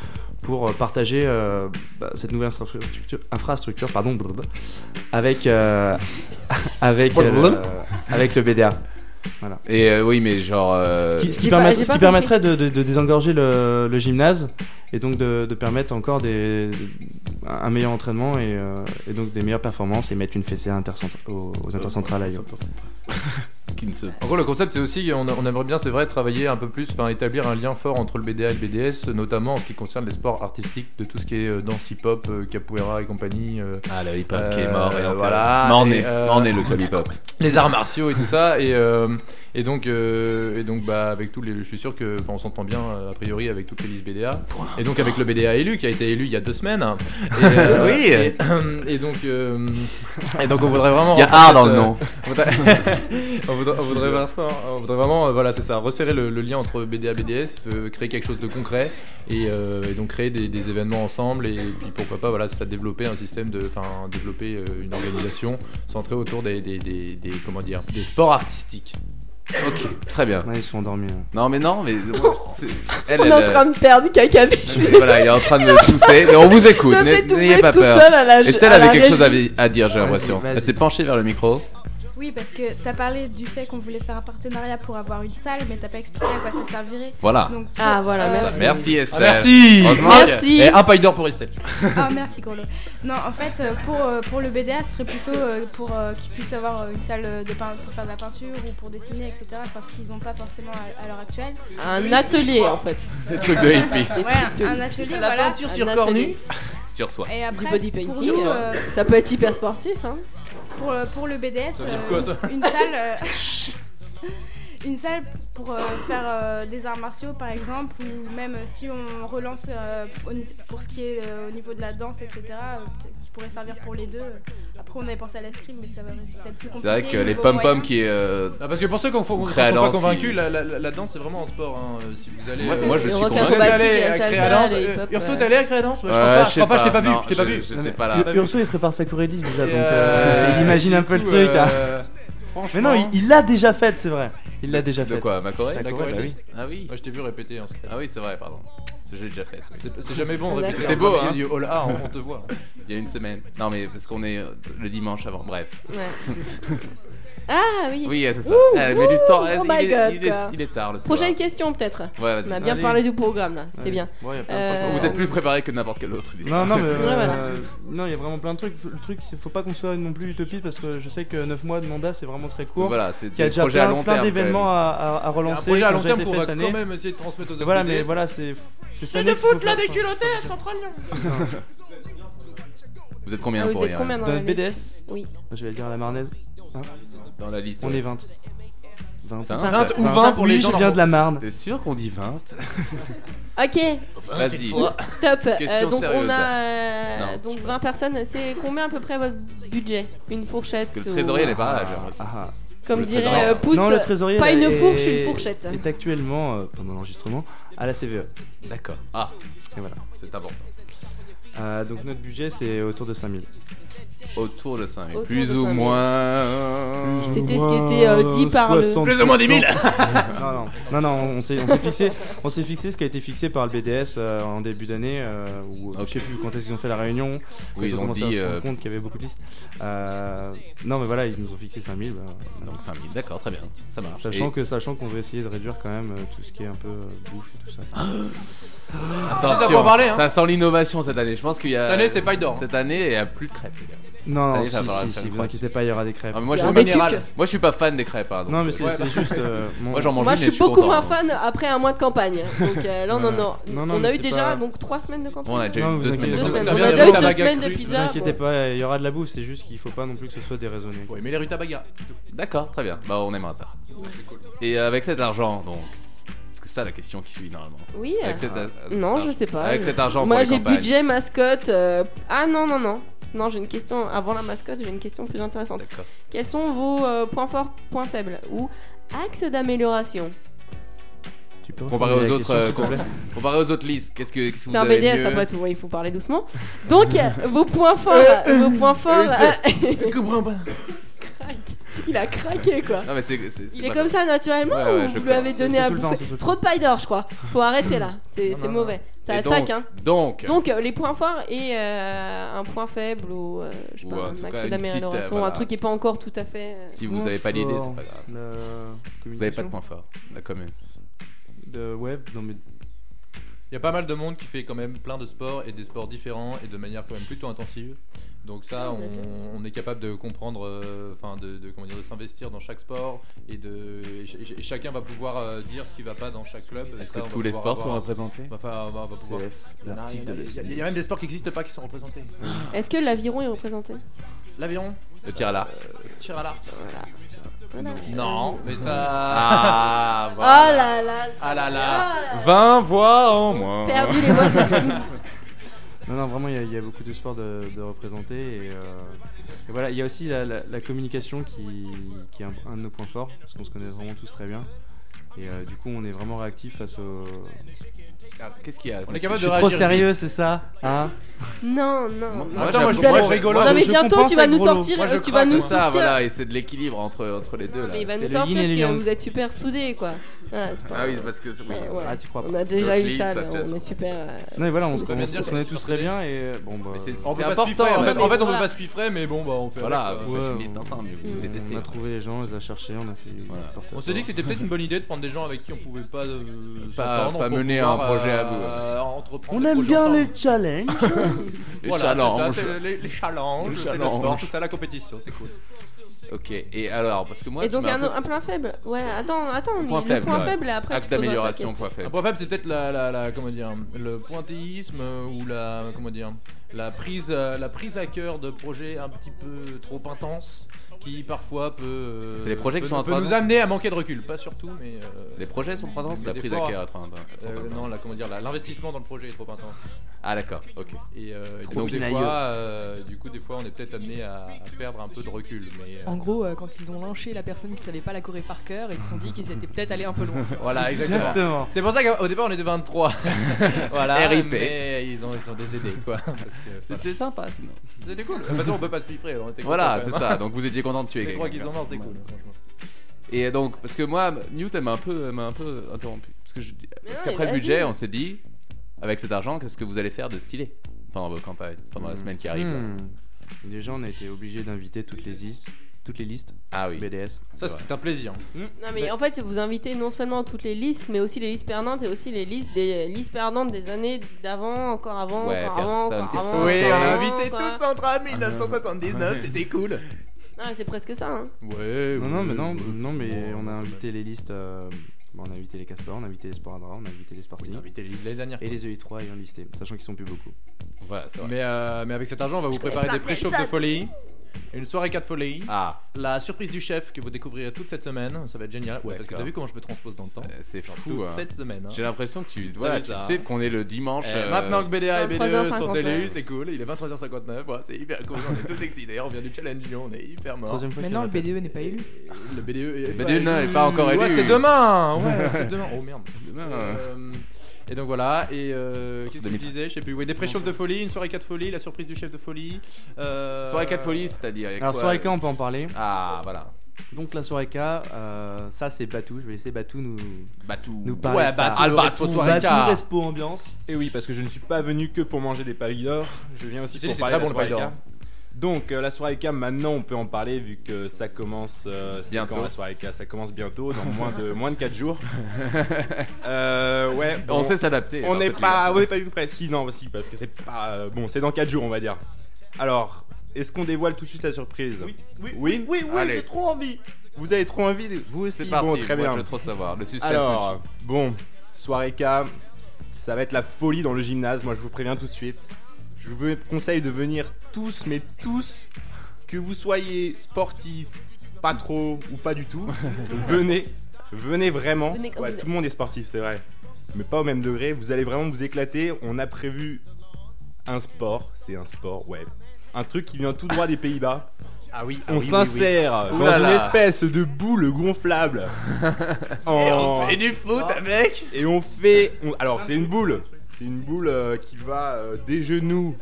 Speaker 6: pour euh, partager euh, bah, cette nouvelle infrastructure, infrastructure pardon, blablabla, avec, euh, avec, euh,
Speaker 5: Blablabla.
Speaker 6: avec le BDA.
Speaker 5: et euh, oui, mais genre. euh,
Speaker 6: Ce qui, ce qui
Speaker 1: J'ai pas-
Speaker 6: permet-
Speaker 1: j'ai
Speaker 6: ce
Speaker 1: pas
Speaker 6: qui
Speaker 1: compris.
Speaker 6: permettrait de, de- de désengorger le, le gymnase et donc de, de permettre encore des, un meilleur entraînement et, euh, et donc des meilleures performances et mettre une fessée intercent- aux, aux intercentrales
Speaker 2: Euh,
Speaker 6: ailleurs.
Speaker 5: qui ne se-
Speaker 2: En gros, le concept c'est aussi, on, on aimerait bien, c'est vrai, travailler un peu plus, enfin établir un lien fort entre le BDA et le BDS, notamment en ce qui concerne les sports artistiques, de tout ce qui est euh, danse hip-hop, euh, capoeira et compagnie. euh,
Speaker 5: Ah, le hip-hop qui est mort. et
Speaker 2: Euh,
Speaker 5: enterré.
Speaker 2: voilà,
Speaker 5: Mort
Speaker 2: et,
Speaker 5: né,
Speaker 2: euh,
Speaker 5: mort né, le club hip-hop.
Speaker 2: les arts martiaux et tout ça et, euh, et donc euh, et donc bah avec tous les je suis sûr que enfin on s'entend bien euh, a priori avec toutes les listes BDA et donc avec le BDA élu qui a été élu il y a deux semaines hein. et,
Speaker 5: euh,
Speaker 2: oui et, et donc euh, et donc on voudrait vraiment
Speaker 5: Il y a
Speaker 2: renforcer
Speaker 5: art dans
Speaker 2: ce-
Speaker 5: le nom.
Speaker 2: on voudrait, on voudrait voudrait, on voudrait faire ça. hein. On voudrait vraiment, euh, voilà, c'est ça, resserrer le, le lien entre BDA BDS, euh, créer quelque chose de concret et, euh, et donc créer des, des événements ensemble et, puis pourquoi pas, voilà, c'est ça, développer un système de, enfin, développer euh, une organisation centrée autour des, des, des, des- comment dire, des sports artistiques.
Speaker 5: Ok, très bien.
Speaker 6: Ouais, ils sont endormis. hein.
Speaker 5: Non, mais non, mais. c'est- c'est- Elle,
Speaker 1: On est
Speaker 5: elle,
Speaker 1: en
Speaker 5: euh,
Speaker 1: train de perdre caca mais je
Speaker 5: Mais
Speaker 1: vais
Speaker 5: voilà, il est en train de me pousser. Mais on vous écoute,
Speaker 1: s'étouffer
Speaker 5: n'ay- n'ayez pas
Speaker 1: tout
Speaker 5: peur.
Speaker 1: seul à la
Speaker 5: Estelle
Speaker 1: à la
Speaker 5: avait quelque chose à,
Speaker 1: régie.
Speaker 5: vi- à dire, j'ai l'impression.
Speaker 6: vas-y.
Speaker 5: Elle s'est penchée vers le micro.
Speaker 8: Oui, parce que t'as parlé du fait qu'on voulait faire un partenariat pour avoir une salle, mais t'as pas expliqué à quoi ça servirait.
Speaker 5: Voilà.
Speaker 8: Donc,
Speaker 1: Ah, voilà,
Speaker 8: euh,
Speaker 5: Ça,
Speaker 1: merci.
Speaker 5: merci Estelle.
Speaker 2: merci
Speaker 5: Heureusement que-
Speaker 1: Merci.
Speaker 2: Et un paille d'or pour Estelle.
Speaker 8: Ah merci Golo. Non, en fait, euh, pour, euh, pour le BDA, ce serait plutôt euh, pour euh, qu'ils puissent avoir euh, une salle de pein- pour faire de la peinture ou pour dessiner, etc. Parce qu'ils n'ont pas forcément à, à l'heure actuelle.
Speaker 1: Un atelier en fait.
Speaker 5: Des trucs de hippie
Speaker 1: Des
Speaker 8: Ouais,
Speaker 1: trucs de-
Speaker 8: un, un atelier, voilà.
Speaker 1: Un atelier.
Speaker 5: sur soi.
Speaker 8: Et
Speaker 1: Du
Speaker 8: après,
Speaker 1: body
Speaker 8: pour,
Speaker 1: painting.
Speaker 8: nous,
Speaker 1: euh,
Speaker 8: euh,
Speaker 1: Ça peut être hyper sportif. Hein.
Speaker 8: pour, euh, pour le BDS,
Speaker 2: veut dire
Speaker 8: euh,
Speaker 2: quoi, ça
Speaker 8: une salle... euh, Une salle pour euh, faire euh, des arts martiaux par exemple, ou même si on relance euh, au ni- pour ce qui est euh, au niveau de la danse, etc., euh, peut-être qui pourrait servir pour les deux. Après, on avait pensé à l'escrime, mais ça va c'est peut-être plus compliqué.
Speaker 5: C'est vrai que les
Speaker 8: niveau
Speaker 5: pom-pom
Speaker 8: moyen.
Speaker 5: qui est. euh,
Speaker 2: Ah, parce que pour ceux qui ne sont
Speaker 5: Créa
Speaker 2: pas
Speaker 5: danse,
Speaker 2: convaincus,
Speaker 5: il-
Speaker 2: la, la- la- la danse c'est vraiment un sport. hein, euh, Si vous allez,
Speaker 5: Moi-
Speaker 2: euh,
Speaker 5: moi, je
Speaker 1: Et
Speaker 5: suis
Speaker 1: rock
Speaker 5: convaincu.
Speaker 2: Vous êtes allé
Speaker 1: acrobatique,
Speaker 2: à
Speaker 1: la salsa,
Speaker 2: Créadance
Speaker 1: les
Speaker 2: Euh,
Speaker 1: hip-hop,
Speaker 2: Urso,
Speaker 1: euh,
Speaker 2: t'es allé à Créadance Ouais, je
Speaker 5: ouais,
Speaker 2: crois pas, je crois pas, je t'ai pas vu,
Speaker 5: non,
Speaker 2: je t'ai pas vu.
Speaker 5: J'étais
Speaker 6: mais-
Speaker 5: pas là.
Speaker 2: Euh,
Speaker 6: Urso, il prépare sa chorélis déjà, donc
Speaker 2: Et,
Speaker 6: euh,
Speaker 2: euh,
Speaker 6: il imagine un peu le
Speaker 2: du coup,
Speaker 6: truc. hein.
Speaker 2: euh,
Speaker 6: Mais non,
Speaker 2: franchement-
Speaker 6: il il l'a déjà faite, c'est vrai. Il l'a déjà
Speaker 5: De
Speaker 6: faite.
Speaker 5: quoi Ma Corée
Speaker 6: D'accord,
Speaker 2: D'accord,
Speaker 6: bah
Speaker 2: il
Speaker 6: oui.
Speaker 5: Ah oui.
Speaker 2: Moi, je t'ai vu répéter. hein, c'est-
Speaker 5: Ah oui, c'est vrai, pardon. C'est- J'ai déjà fait. oui.
Speaker 2: C'est c'est jamais bon de
Speaker 1: D'accord.
Speaker 2: répéter.
Speaker 5: C'était
Speaker 2: en
Speaker 5: beau,
Speaker 2: plein
Speaker 5: hein.
Speaker 2: milieu du hall A, on on te voit.
Speaker 5: Il y a une semaine. Non, mais parce qu'on est euh, le dimanche avant. Bref.
Speaker 1: Ouais. ah oui.
Speaker 5: Oui, c'est ça.
Speaker 1: Ouh,
Speaker 5: Elle met du temps.
Speaker 1: ouh,
Speaker 5: Elle-
Speaker 1: oh
Speaker 5: il,
Speaker 1: my
Speaker 5: est,
Speaker 1: God,
Speaker 5: il est-
Speaker 1: quoi.
Speaker 5: il est tard le soir.
Speaker 1: Prochaine question peut-être.
Speaker 5: Ouais, vas-y.
Speaker 1: On a bien
Speaker 6: Allez.
Speaker 1: parlé du programme là, c'était
Speaker 6: Ouais.
Speaker 1: bien.
Speaker 6: Ouais, il y a plein de
Speaker 1: Euh,
Speaker 6: trucs.
Speaker 5: Vous êtes plus préparé que n'importe quel autre. Ulysse.
Speaker 6: Non, non, mais euh,
Speaker 1: voilà.
Speaker 6: non, il y a vraiment plein de trucs. Le truc, c'est faut pas qu'on soit non plus utopiste parce que je sais que 9 mois de mandat, c'est vraiment très court.
Speaker 5: Voilà, c'est
Speaker 6: Il y a
Speaker 5: des
Speaker 6: déjà
Speaker 5: projets à
Speaker 6: plein,
Speaker 5: long
Speaker 6: plein
Speaker 5: terme. quand
Speaker 6: d'événements
Speaker 5: même.
Speaker 6: à, à- à
Speaker 2: Un
Speaker 6: relancer.
Speaker 2: projet à
Speaker 6: qui ont
Speaker 2: long
Speaker 6: déjà
Speaker 2: terme
Speaker 6: été
Speaker 2: qu'on
Speaker 6: faits
Speaker 2: va
Speaker 6: cette
Speaker 2: quand
Speaker 6: année.
Speaker 2: même essayer de transmettre aux
Speaker 6: Mais
Speaker 2: autres.
Speaker 6: Voilà,
Speaker 2: BDF.
Speaker 6: mais voilà, c'est.
Speaker 7: C'est de foutre la déculottée à Central Lyon.
Speaker 6: hein.
Speaker 5: Vous êtes
Speaker 1: Ah,
Speaker 5: combien
Speaker 1: vous
Speaker 5: pour
Speaker 1: êtes
Speaker 5: rien
Speaker 1: combien dans la
Speaker 6: Notre
Speaker 1: liste
Speaker 6: BDS,
Speaker 1: Oui.
Speaker 6: je vais le dire à la Marnaise,
Speaker 5: Dans la liste.
Speaker 6: on
Speaker 5: ouais.
Speaker 6: est 20. 20.
Speaker 5: 20.
Speaker 2: 20 ou 20 pour les gens.
Speaker 6: je viens de la Marne.
Speaker 5: T'es sûr qu'on dit 20
Speaker 1: Ok,
Speaker 5: Vas-y.
Speaker 1: stop. Euh,
Speaker 5: Question
Speaker 1: donc
Speaker 5: sérieuse.
Speaker 1: on a euh,
Speaker 5: Non,
Speaker 1: donc
Speaker 5: je sais
Speaker 1: 20 personnes. C'est combien à peu près votre budget Une fourchette
Speaker 5: Parce que
Speaker 1: ou-
Speaker 5: le trésorier n'est pas hein, là, j'ai l'impression.
Speaker 6: Ah, ah.
Speaker 1: Comme
Speaker 5: le
Speaker 1: dirait
Speaker 5: trésorier.
Speaker 1: euh, Pouce,
Speaker 6: non, le trésorier.
Speaker 1: pas
Speaker 6: là,
Speaker 1: une
Speaker 6: est-
Speaker 1: fourche, une fourchette.
Speaker 6: Est actuellement, euh, pendant l'enregistrement, à la CVE.
Speaker 5: D'accord. Ah,
Speaker 6: Et voilà.
Speaker 5: c'est important.
Speaker 6: Euh, donc notre budget, c'est autour de 5000.
Speaker 5: Autour de 5
Speaker 1: Ah. Autour
Speaker 5: Plus
Speaker 1: de
Speaker 5: ou
Speaker 1: 5 000.
Speaker 5: moins.
Speaker 1: C'était ce qui était, euh, dit par le-
Speaker 6: 60%.
Speaker 5: Plus ou moins 10 000.
Speaker 6: non, non, non, non, on s'est on s'est fixé, on s'est fixé ce qui a été fixé par le BDS euh, en début d'année, euh, ou euh,
Speaker 5: Ok.
Speaker 6: je sais plus quand est-ce qu'ils ont fait la réunion. quand
Speaker 5: Oui, ils ont
Speaker 6: commencé
Speaker 5: dit.
Speaker 6: à se rendre
Speaker 5: euh,
Speaker 6: compte qu'il y avait beaucoup de listes. Euh, non, mais voilà, ils nous ont fixé 5000. bah,
Speaker 5: donc 5 000. D'accord, très bien. Ça marche.
Speaker 6: Sachant
Speaker 5: Et-
Speaker 6: que sachant qu'on veut essayer de réduire quand même euh, tout ce qui est un peu euh, bouffe et tout ça.
Speaker 2: Ça, ça
Speaker 5: Attention,
Speaker 2: peut en parler, hein.
Speaker 5: ça sent l'innovation cette année. Je pense qu'il y a.
Speaker 2: Cette année, c'est paille d'or.
Speaker 5: Cette année, il n'y a plus de crêpes, les gars.
Speaker 6: Non, non,
Speaker 5: année,
Speaker 6: si,
Speaker 5: ça va falloir
Speaker 6: si,
Speaker 5: faire
Speaker 6: si,
Speaker 5: une
Speaker 6: vous
Speaker 5: croix
Speaker 6: inquiétez pas, il y aura des crêpes.
Speaker 5: Ah, mais moi,
Speaker 1: Il y
Speaker 5: je,
Speaker 1: a
Speaker 5: moi,
Speaker 1: des tucs.
Speaker 5: je suis pas fan des crêpes. hein, donc,
Speaker 6: non, mais
Speaker 5: euh,
Speaker 6: c'est
Speaker 2: ouais.
Speaker 6: c'est juste. euh, mon-
Speaker 5: Moi, j'en mange
Speaker 1: Moi,
Speaker 5: une
Speaker 1: je
Speaker 5: et
Speaker 1: suis beaucoup
Speaker 5: content,
Speaker 1: moins
Speaker 5: hein.
Speaker 1: fan après un mois de campagne. Donc euh, là, non,
Speaker 6: Ouais.
Speaker 1: non,
Speaker 6: Non, non,
Speaker 1: on a
Speaker 6: mais
Speaker 1: eu
Speaker 6: c'est
Speaker 1: déjà
Speaker 6: pas-
Speaker 1: donc trois semaines de campagne.
Speaker 5: Bon, on a déjà
Speaker 6: Non,
Speaker 5: eu
Speaker 6: vous
Speaker 5: deux semaines
Speaker 6: inquiétez
Speaker 5: de
Speaker 1: Deux
Speaker 2: ça
Speaker 5: campagne.
Speaker 1: semaines.
Speaker 2: va
Speaker 1: On
Speaker 2: bien,
Speaker 1: a déjà eu
Speaker 2: la
Speaker 1: deux
Speaker 2: bagarre
Speaker 1: semaines de
Speaker 2: crue,
Speaker 6: vous
Speaker 1: pizza.
Speaker 6: inquiétez pas, il y aura de la bouffe, c'est juste qu'il faut pas non plus que ce soit déraisonné.
Speaker 2: Faut aimer les rutabagas.
Speaker 5: D'accord, très bien. Bah, on aimera ça. Et avec cet argent, donc. Parce que c'est ça la question qui suit normalement.
Speaker 1: Oui. euh,
Speaker 5: Avec cet, euh,
Speaker 1: Non,
Speaker 5: argent-
Speaker 1: je sais pas.
Speaker 5: Avec
Speaker 1: Je-
Speaker 5: cet argent
Speaker 1: Moi,
Speaker 5: pour les
Speaker 1: j'ai
Speaker 5: campagnes.
Speaker 1: budget, mascotte. euh, Ah non, non, non. Non, j'ai une question. Avant la mascotte, j'ai une question plus intéressante.
Speaker 5: D'accord.
Speaker 1: Quels sont vos euh, points forts, points faibles ou axes d'amélioration
Speaker 6: Tu peux
Speaker 5: Comparé
Speaker 6: reformuler
Speaker 5: aux
Speaker 6: la
Speaker 5: autres,
Speaker 6: question,
Speaker 5: euh,
Speaker 6: s'il te plaît
Speaker 5: Comparé aux autres listes, qu'est-ce que, qu'est-ce que
Speaker 1: C'est
Speaker 5: vous
Speaker 1: un
Speaker 5: avez euh,
Speaker 1: BDS
Speaker 5: mieux
Speaker 1: après tout, ouais, il faut parler doucement. Donc, euh, vos points forts,
Speaker 5: Euh,
Speaker 1: vos points forts. Crac. Il a craqué quoi.
Speaker 5: Non, mais c'est, c'est, c'est
Speaker 1: Il est
Speaker 5: pas
Speaker 1: comme ça naturellement
Speaker 5: Ouais, ouais,
Speaker 1: ou
Speaker 5: je
Speaker 1: vous
Speaker 5: le
Speaker 1: lui avez
Speaker 6: C'est-
Speaker 1: donné
Speaker 6: c'est
Speaker 1: à
Speaker 6: tout le temps,
Speaker 1: bouffer
Speaker 6: c'est tout le
Speaker 1: Trop de paille d'or, je crois. Faut arrêter là, c'est
Speaker 2: Non,
Speaker 1: c'est
Speaker 2: non,
Speaker 1: mauvais. Ça
Speaker 5: Et
Speaker 1: attaque
Speaker 5: donc-
Speaker 1: hein.
Speaker 5: Donc,
Speaker 1: Donc euh, les points forts et euh, un point faible ou euh, je sais
Speaker 5: Ou
Speaker 1: pas,
Speaker 5: en
Speaker 1: un
Speaker 5: tout cas,
Speaker 1: axe
Speaker 5: une
Speaker 1: d'amélioration,
Speaker 5: petite, euh, voilà.
Speaker 1: un truc qui est pas encore tout à fait. euh,
Speaker 5: si vous n'avez pas l'idée, c'est pas grave.
Speaker 6: Euh,
Speaker 5: Vous n'avez pas de
Speaker 6: communication.
Speaker 5: point fort, la commune.
Speaker 6: De web, non mais
Speaker 2: Il y a pas mal de monde qui fait quand même plein de sports et des sports différents et de manière quand même plutôt intensive. Donc ça,
Speaker 1: Ouais,
Speaker 2: on, on est capable de comprendre, euh, enfin de, de- comment dire, de s'investir dans chaque sport et de et ch- et chacun va pouvoir euh, dire ce qui va pas dans chaque club. Et
Speaker 5: Est-ce
Speaker 2: ça,
Speaker 5: que
Speaker 2: on va
Speaker 5: tous les
Speaker 2: pouvoir
Speaker 5: sports
Speaker 2: avoir-
Speaker 5: sont représentés
Speaker 2: Enfin, on va- on va pouvoir-
Speaker 6: CF,
Speaker 2: Il y en a-
Speaker 6: l'article de la
Speaker 2: il y a-
Speaker 6: semaine.
Speaker 2: il y a même des sports qui n'existent pas qui sont représentés.
Speaker 1: Est-ce que l'aviron est représenté
Speaker 2: L'aviron,
Speaker 5: Le tir à l'arc.
Speaker 2: tir à l'arc.
Speaker 1: Voilà.
Speaker 2: Non, mais ça.
Speaker 5: Ah,
Speaker 1: Oh là
Speaker 5: voilà.
Speaker 1: là.
Speaker 5: Ah là
Speaker 1: Oh
Speaker 5: là.
Speaker 1: là là.
Speaker 5: 20 voix en moins.
Speaker 1: Perdu les voix de
Speaker 6: Non, non, vraiment, il y a- il y, a beaucoup de sports de, de représenter. Et, euh, et voilà, il y a aussi la, la- la communication qui, qui est un, un de nos points forts, parce qu'on se connaît vraiment tous très bien. Et euh, du coup, on est vraiment réactif face aux.
Speaker 5: Qu'est-ce qu'il y a
Speaker 2: On est capable
Speaker 6: Je
Speaker 2: de
Speaker 6: suis trop
Speaker 2: réagir
Speaker 6: sérieux, c'est ça hein
Speaker 1: Non, non.
Speaker 5: Moi-
Speaker 1: non.
Speaker 2: Attends, moi je suis
Speaker 1: Vous
Speaker 2: trop
Speaker 1: allez-
Speaker 2: rigolo.
Speaker 1: non, mais
Speaker 6: je
Speaker 1: bientôt
Speaker 6: compense
Speaker 1: tu vas
Speaker 6: avec
Speaker 1: nous
Speaker 6: Grolo.
Speaker 1: sortir,
Speaker 2: Moi, je
Speaker 1: tu
Speaker 2: craque
Speaker 1: vas nous
Speaker 5: Comme ça,
Speaker 1: sortir.
Speaker 5: voilà, et c'est de l'équilibre entre, entre les deux. Là.
Speaker 1: Mais il va
Speaker 5: C'est
Speaker 1: nous
Speaker 6: le yin
Speaker 1: sortir
Speaker 6: et le
Speaker 1: que
Speaker 6: yang.
Speaker 1: vous êtes super soudés quoi. Voilà, c'est pas-
Speaker 5: Ah oui, parce que c'est
Speaker 1: ça, ouais.
Speaker 6: Ah, t'y crois pas.
Speaker 1: On a déjà eu
Speaker 5: Liste,
Speaker 1: ça,
Speaker 5: t'as
Speaker 1: là,
Speaker 5: déjà
Speaker 1: on
Speaker 5: ça.
Speaker 1: est super. euh,
Speaker 6: Non, et voilà, on se
Speaker 2: Ça veut
Speaker 6: connaît,
Speaker 2: dire
Speaker 6: on se connaît
Speaker 2: que-
Speaker 6: tous très bien. Et euh, bon, bah.
Speaker 5: Mais c'est-
Speaker 6: euh,
Speaker 2: On
Speaker 5: C'est
Speaker 2: peut pas se
Speaker 5: important,
Speaker 2: piffrer, en
Speaker 5: ouais.
Speaker 2: fait, en fait, on peut
Speaker 1: Voilà.
Speaker 2: pas se piffrer, mais bon, bah on fait.
Speaker 5: Voilà,
Speaker 2: avec, quoi.
Speaker 5: vous faites une
Speaker 6: Ouais,
Speaker 5: liste
Speaker 6: on-
Speaker 5: ensemble, mais vous vous détestez.
Speaker 6: On a trouvé les gens, on les a cherchés, on a fait.
Speaker 5: Voilà.
Speaker 2: On s'est dit que c'était peut-être une bonne idée de prendre des gens avec qui on pouvait pas euh, s'entendre
Speaker 5: pas
Speaker 2: pour
Speaker 5: mener
Speaker 2: pouvoir,
Speaker 5: un projet à
Speaker 2: euh,
Speaker 5: bout, ouais.
Speaker 2: entreprendre
Speaker 6: On
Speaker 2: des
Speaker 6: aime
Speaker 2: projets
Speaker 6: bien
Speaker 2: ensemble.
Speaker 6: les challenges.
Speaker 5: Les
Speaker 2: Voilà, c'est ça,
Speaker 5: challenges.
Speaker 2: c'est le- les, les challenges,
Speaker 5: Les
Speaker 2: c'est le
Speaker 5: challenges.
Speaker 2: sport, tout ça, la compétition, c'est cool.
Speaker 5: Ok, et alors, parce que moi,
Speaker 1: Et
Speaker 5: je
Speaker 1: donc
Speaker 5: mets
Speaker 1: un,
Speaker 5: peu-
Speaker 1: un point faible. Ouais, attends, attends,
Speaker 5: Point
Speaker 1: le
Speaker 5: faible,
Speaker 1: point
Speaker 5: c'est vrai.
Speaker 1: faible et après
Speaker 5: axe
Speaker 1: tu poseras ta
Speaker 5: d'amélioration,
Speaker 1: question.
Speaker 5: point faible.
Speaker 2: Un point faible, c'est peut-être la, la, la- comment dire, le pointillisme euh, ou la, comment dire, la prise, euh, la prise à cœur de projets un petit peu trop intenses qui parfois peut. euh,
Speaker 5: C'est les projets qui
Speaker 2: peut-
Speaker 5: sont à
Speaker 2: peut
Speaker 5: trois
Speaker 2: nous
Speaker 5: ans.
Speaker 2: amener à manquer de recul, pas surtout, mais. euh,
Speaker 5: Les projets sont intenses,
Speaker 2: Les
Speaker 5: la prise à hein,
Speaker 2: efforts.
Speaker 5: cœur à 30
Speaker 2: euh, non, la, comment dire, la- l'investissement dans le projet est trop intense.
Speaker 5: Ah, d'accord, ok.
Speaker 2: Et, euh, et
Speaker 6: Trop
Speaker 2: donc des
Speaker 6: pinailleux.
Speaker 2: fois, euh, du coup, des fois, on est peut-être amené à, à perdre un peu de recul. Mais euh,
Speaker 4: En gros, euh, quand ils ont lynché la personne qui savait pas la choré par cœur, ils se sont dit qu'ils étaient peut-être allés un peu loin.
Speaker 2: voilà, exactement.
Speaker 6: Exactement.
Speaker 2: C'est pour ça qu'au départ on était 23. voilà.
Speaker 5: RIP.
Speaker 2: Mais ils, ont, ils sont décédés quoi. Parce que, voilà.
Speaker 5: C'était sympa sinon.
Speaker 2: C'était cool. De toute façon on peut pas se piffrer. alors on était contents,
Speaker 5: Voilà,
Speaker 2: quand
Speaker 5: c'est
Speaker 2: même. hein.
Speaker 5: ça. Donc vous étiez content de tuer
Speaker 2: Les trois qui
Speaker 5: quelqu'un.
Speaker 2: sont morts c'était cool. franchement.
Speaker 5: Et donc, parce que moi, Newt, elle m'a un peu, elle m'a un peu interrompu. Parce que je- parce
Speaker 1: non,
Speaker 5: qu'après
Speaker 1: mais
Speaker 5: le budget,
Speaker 1: vas-y.
Speaker 5: on s'est dit, avec cet argent, qu'est-ce que vous allez faire de stylé pendant vos campagnes, pendant la semaine qui arrive là.
Speaker 6: Hmm. Déjà, on a été obligé d'inviter toutes les listes. Toutes les listes
Speaker 5: Ah oui.
Speaker 6: BDS.
Speaker 2: Ça c'était un plaisir.
Speaker 1: Non mais en fait, vous invitez non seulement toutes les listes, mais aussi les listes perdantes et aussi les listes des listes perdantes des années d'avant, encore avant,
Speaker 5: Ouais,
Speaker 1: encore avant,
Speaker 5: personne Ah,
Speaker 1: encore
Speaker 5: qui
Speaker 1: avant.
Speaker 5: s'en Oui, sort. on a
Speaker 1: encore avant, quoi.
Speaker 2: Sandra 1979, c'était cool.
Speaker 1: Non, mais c'est presque ça. Hein.
Speaker 5: Mmh.
Speaker 2: Ouais.
Speaker 6: Non, non, mais non,
Speaker 2: ouais.
Speaker 6: non, mais
Speaker 2: Euh, bon,
Speaker 6: on a
Speaker 2: ouais.
Speaker 6: invité les listes. euh, bon, on a invité les Caspar, on a invité les Sporadra, on a invité les
Speaker 2: Oui,
Speaker 6: Spartini.
Speaker 2: t'as invité les l'année dernière.
Speaker 6: et les EI3 ayant listé, sachant qu'ils sont plus beaucoup.
Speaker 5: Voilà, c'est vrai.
Speaker 2: Mais, euh, mais avec cet argent, on va vous préparer des pré-chauffes de folie, une soirée 4 folie,
Speaker 5: Ah,
Speaker 2: la surprise du chef que vous découvrirez toute cette semaine. Ça va être génial. Ouais, parce que
Speaker 5: D'accord.
Speaker 2: t'as vu comment je me transpose dans le temps.
Speaker 5: euh, c'est fou.
Speaker 2: Toute
Speaker 5: hein.
Speaker 2: cette semaine. hein.
Speaker 5: J'ai l'impression que tu, voilà,
Speaker 2: vu
Speaker 5: tu
Speaker 2: ça,
Speaker 5: sais
Speaker 2: hein.
Speaker 5: qu'on est le dimanche.
Speaker 2: Eh,
Speaker 5: euh,
Speaker 2: Maintenant que BDA et BDE sont
Speaker 1: 23h59.
Speaker 2: élus, c'est cool. Il est 23h59, ouais, c'est hyper cool. On est tous excités, on vient du challenge, on est hyper mort.
Speaker 6: Troisième fois
Speaker 4: Maintenant, le
Speaker 6: qu'il
Speaker 1: E,
Speaker 4: BDE n'est pas élu.
Speaker 2: Le
Speaker 9: Bah,
Speaker 2: BDE Bah, est
Speaker 5: BDE
Speaker 2: pas élu.
Speaker 9: hein,
Speaker 5: n'est pas encore
Speaker 2: Ouais,
Speaker 5: élu.
Speaker 2: c'est demain. Ouais, c'est demain. Oh merde.
Speaker 9: Ah.
Speaker 5: demain, euh,
Speaker 2: Euh, et donc voilà, et
Speaker 9: Oh,
Speaker 2: euh, qu'est-ce que je
Speaker 5: 2013.
Speaker 2: disais Je sais plus. Oui, des préchauffes de folie, une soirée 4 folie, la surprise du chef de folie. euh,
Speaker 5: Soirée 4 folies, c'est-à-dire. il y a
Speaker 6: Alors,
Speaker 5: quoi,
Speaker 6: soirée K,
Speaker 5: euh,
Speaker 6: on peut en parler.
Speaker 5: Ah, voilà.
Speaker 6: Donc, la soirée K, euh, ça c'est Batou. Je vais laisser Batou nous,
Speaker 5: Batou.
Speaker 6: nous parler.
Speaker 2: Ouais,
Speaker 6: de ça.
Speaker 5: bah,
Speaker 2: Batou, le Batou, resto soirée
Speaker 6: Batou,
Speaker 2: K.
Speaker 6: Respo Ambiance.
Speaker 9: Et oui, parce que je ne suis pas venu que pour manger des pailles d'or, je viens aussi
Speaker 2: Tu sais,
Speaker 9: pour
Speaker 2: c'est
Speaker 9: parler
Speaker 2: très
Speaker 9: de
Speaker 2: bon, le
Speaker 9: la soirée
Speaker 2: pailles d'or.
Speaker 9: K. Donc euh, la soirée K, maintenant on peut en parler vu que ça commence euh, c'est
Speaker 5: Bientôt.
Speaker 9: quand, la soirée K, ça commence bientôt dans moins de moins de 4 jours. Euh, ouais,
Speaker 5: Ah, On
Speaker 9: bon,
Speaker 5: sait s'adapter.
Speaker 9: on
Speaker 5: dans
Speaker 9: n'est
Speaker 5: cette
Speaker 9: pas on
Speaker 5: ligne.
Speaker 9: n'est pas du près. Si non, si parce que c'est pas euh, bon, c'est dans 4 jours, on va dire. Alors, est-ce qu'on dévoile tout de suite la surprise Oui. Oui. Oui,
Speaker 5: Allez.
Speaker 9: j'ai trop envie. Vous avez trop envie de- vous aussi
Speaker 5: C'est parti.
Speaker 9: bon, très
Speaker 5: moi,
Speaker 9: bien.
Speaker 5: Je veux trop savoir. Le suspense. me tue.
Speaker 9: Alors, bon, soirée K, ça va être la folie dans le gymnase, moi je vous préviens tout de suite. Je vous conseille de venir tous, mais tous, que vous soyez sportif, pas trop ou pas du tout, venez, venez vraiment.
Speaker 1: Venez comme
Speaker 9: Ouais,
Speaker 1: vous
Speaker 9: tout le monde est sportif, c'est vrai. Mais pas au même degré, vous allez vraiment vous éclater. On a prévu un sport, c'est un sport, ouais. Un truc qui vient tout droit des Pays-Bas.
Speaker 5: Ah oui,
Speaker 9: On s'insère
Speaker 5: oui.
Speaker 9: dans
Speaker 5: Ouh là
Speaker 9: une
Speaker 5: là.
Speaker 9: espèce de boule gonflable. En-
Speaker 5: du foot avec
Speaker 9: et on fait. on- alors, c'est une boule. C'est une boule euh, qui va euh, des genoux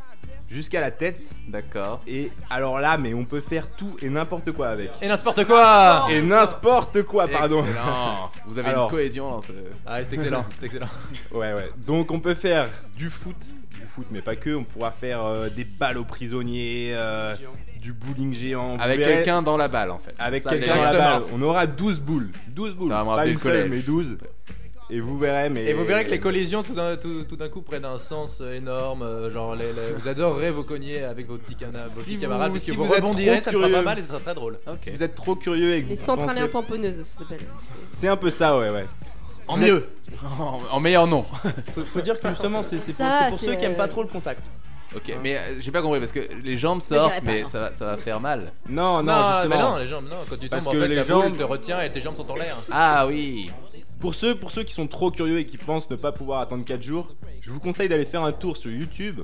Speaker 9: jusqu'à la tête.
Speaker 5: D'accord.
Speaker 9: Et alors là, mais on peut faire tout et n'importe quoi avec.
Speaker 2: Et n'importe quoi
Speaker 9: Et n'importe quoi, Ah, pardon.
Speaker 5: Excellent. Vous avez
Speaker 9: Alors.
Speaker 5: une cohésion dans ce.
Speaker 2: Ah, c'est excellent, c'est excellent.
Speaker 9: Ouais, ouais. Donc, on peut faire du foot. Du foot, mais pas que. On pourra faire euh, des balles aux prisonniers, euh, du bowling géant. Vous
Speaker 5: Avec
Speaker 9: verrez,
Speaker 5: quelqu'un dans la balle en fait.
Speaker 9: Avec
Speaker 5: Ça,
Speaker 9: quelqu'un dans la
Speaker 5: exactement.
Speaker 9: balle. On aura 12 boules. 12 boules.
Speaker 5: Ça va me
Speaker 9: pas
Speaker 5: rappeler
Speaker 9: une
Speaker 5: le collège.
Speaker 9: seule, mais 12. Et vous verrez, mais.
Speaker 2: Et vous verrez que les collisions tout d'un tout, tout d'un coup prennent un sens énorme. euh, Genre, les- les- vous adorerez vos cogner avec vos petits, cana- vos
Speaker 9: Si
Speaker 2: petits
Speaker 9: vous-
Speaker 2: camarades, puisque
Speaker 9: si
Speaker 2: vous,
Speaker 9: vous êtes
Speaker 2: rebondirez,
Speaker 9: trop
Speaker 2: ça fera pas
Speaker 9: curieux.
Speaker 2: mal et ça sera très drôle.
Speaker 5: Ok.
Speaker 9: Vous êtes trop curieux et que
Speaker 1: Les
Speaker 9: vous
Speaker 1: centrales
Speaker 9: pensez-
Speaker 1: tamponneuses, ça s'appelle.
Speaker 9: C'est un peu ça, ouais, ouais.
Speaker 5: En mieux. en, en meilleur nom.
Speaker 6: Faut, faut dire que justement, c'est c'est pour,
Speaker 1: Ça,
Speaker 6: c'est pour
Speaker 1: c'est,
Speaker 6: ceux qui aiment
Speaker 1: euh,
Speaker 6: pas trop le contact.
Speaker 5: Ok,
Speaker 9: Ah.
Speaker 5: mais euh, j'ai pas compris parce que les jambes
Speaker 1: j'irai
Speaker 5: sortent,
Speaker 1: pas,
Speaker 5: mais,
Speaker 1: non.
Speaker 5: ça, va, ça va faire mal.
Speaker 9: Non, non,
Speaker 2: mais
Speaker 9: justement.
Speaker 2: non, les jambes, non, quand tu tombes,
Speaker 9: Parce
Speaker 2: en
Speaker 9: que
Speaker 2: fait,
Speaker 9: les
Speaker 2: la boule
Speaker 9: jambes-
Speaker 2: te retient et tes jambes sont en l'air.
Speaker 5: Ah oui.
Speaker 9: Pour ceux, pour ceux qui sont trop curieux et qui pensent ne pas pouvoir attendre 4 jours, je vous conseille d'aller faire un tour sur YouTube.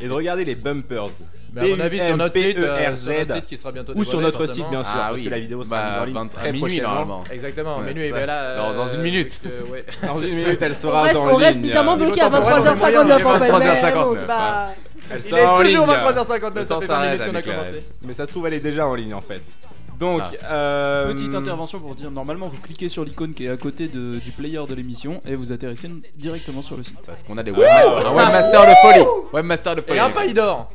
Speaker 9: et de regarder les bumpers. E
Speaker 2: Mais à mon avis, sur notre site, euh, sur notre
Speaker 9: B-U-M-P-E-R-Z.
Speaker 2: site qui sera bientôt
Speaker 9: Ou sur
Speaker 2: dévoilé,
Speaker 9: notre site,
Speaker 2: forcément.
Speaker 9: bien sûr,
Speaker 5: Ah
Speaker 9: parce
Speaker 5: oui.
Speaker 9: que la vidéo sera
Speaker 5: Bah,
Speaker 9: mise en ligne
Speaker 5: 20
Speaker 9: très
Speaker 5: à minuit,
Speaker 9: prochainement.
Speaker 5: normalement.
Speaker 2: Exactement,
Speaker 5: Ouais,
Speaker 2: mais
Speaker 5: ça.
Speaker 2: lui, ben là.
Speaker 5: Dans- dans une minute.
Speaker 2: avec, euh, ouais.
Speaker 9: Dans une minute, elle
Speaker 1: On
Speaker 9: sera
Speaker 1: reste,
Speaker 9: en
Speaker 1: on reste
Speaker 9: ligne.
Speaker 5: hein.
Speaker 1: bizarrement bloqué à
Speaker 2: niveau temporel, on est moyen,
Speaker 1: 23h59 en fait.
Speaker 5: on est
Speaker 1: mais bon,
Speaker 5: 23h59,
Speaker 1: c'est pas-
Speaker 9: Elle
Speaker 2: Il est
Speaker 9: sera en
Speaker 2: toujours
Speaker 9: ligne.
Speaker 2: 23h59,
Speaker 9: Le
Speaker 2: ça
Speaker 9: temps
Speaker 2: fait 20
Speaker 9: s'arrête
Speaker 2: minutes qu'on a
Speaker 9: avec la
Speaker 2: commencé.
Speaker 9: reste. Mais ça se trouve, elle est déjà en ligne en fait. Donc,
Speaker 2: Ah.
Speaker 9: euh,
Speaker 10: Petite intervention pour dire normalement vous cliquez sur l'icône qui est à côté de- du player de l'émission et vous atterrissez directement sur le site.
Speaker 5: Parce qu'on
Speaker 9: Ah
Speaker 5: a des webma- un webmaster de folie. Webmaster de folie.
Speaker 2: Et un pas, il dort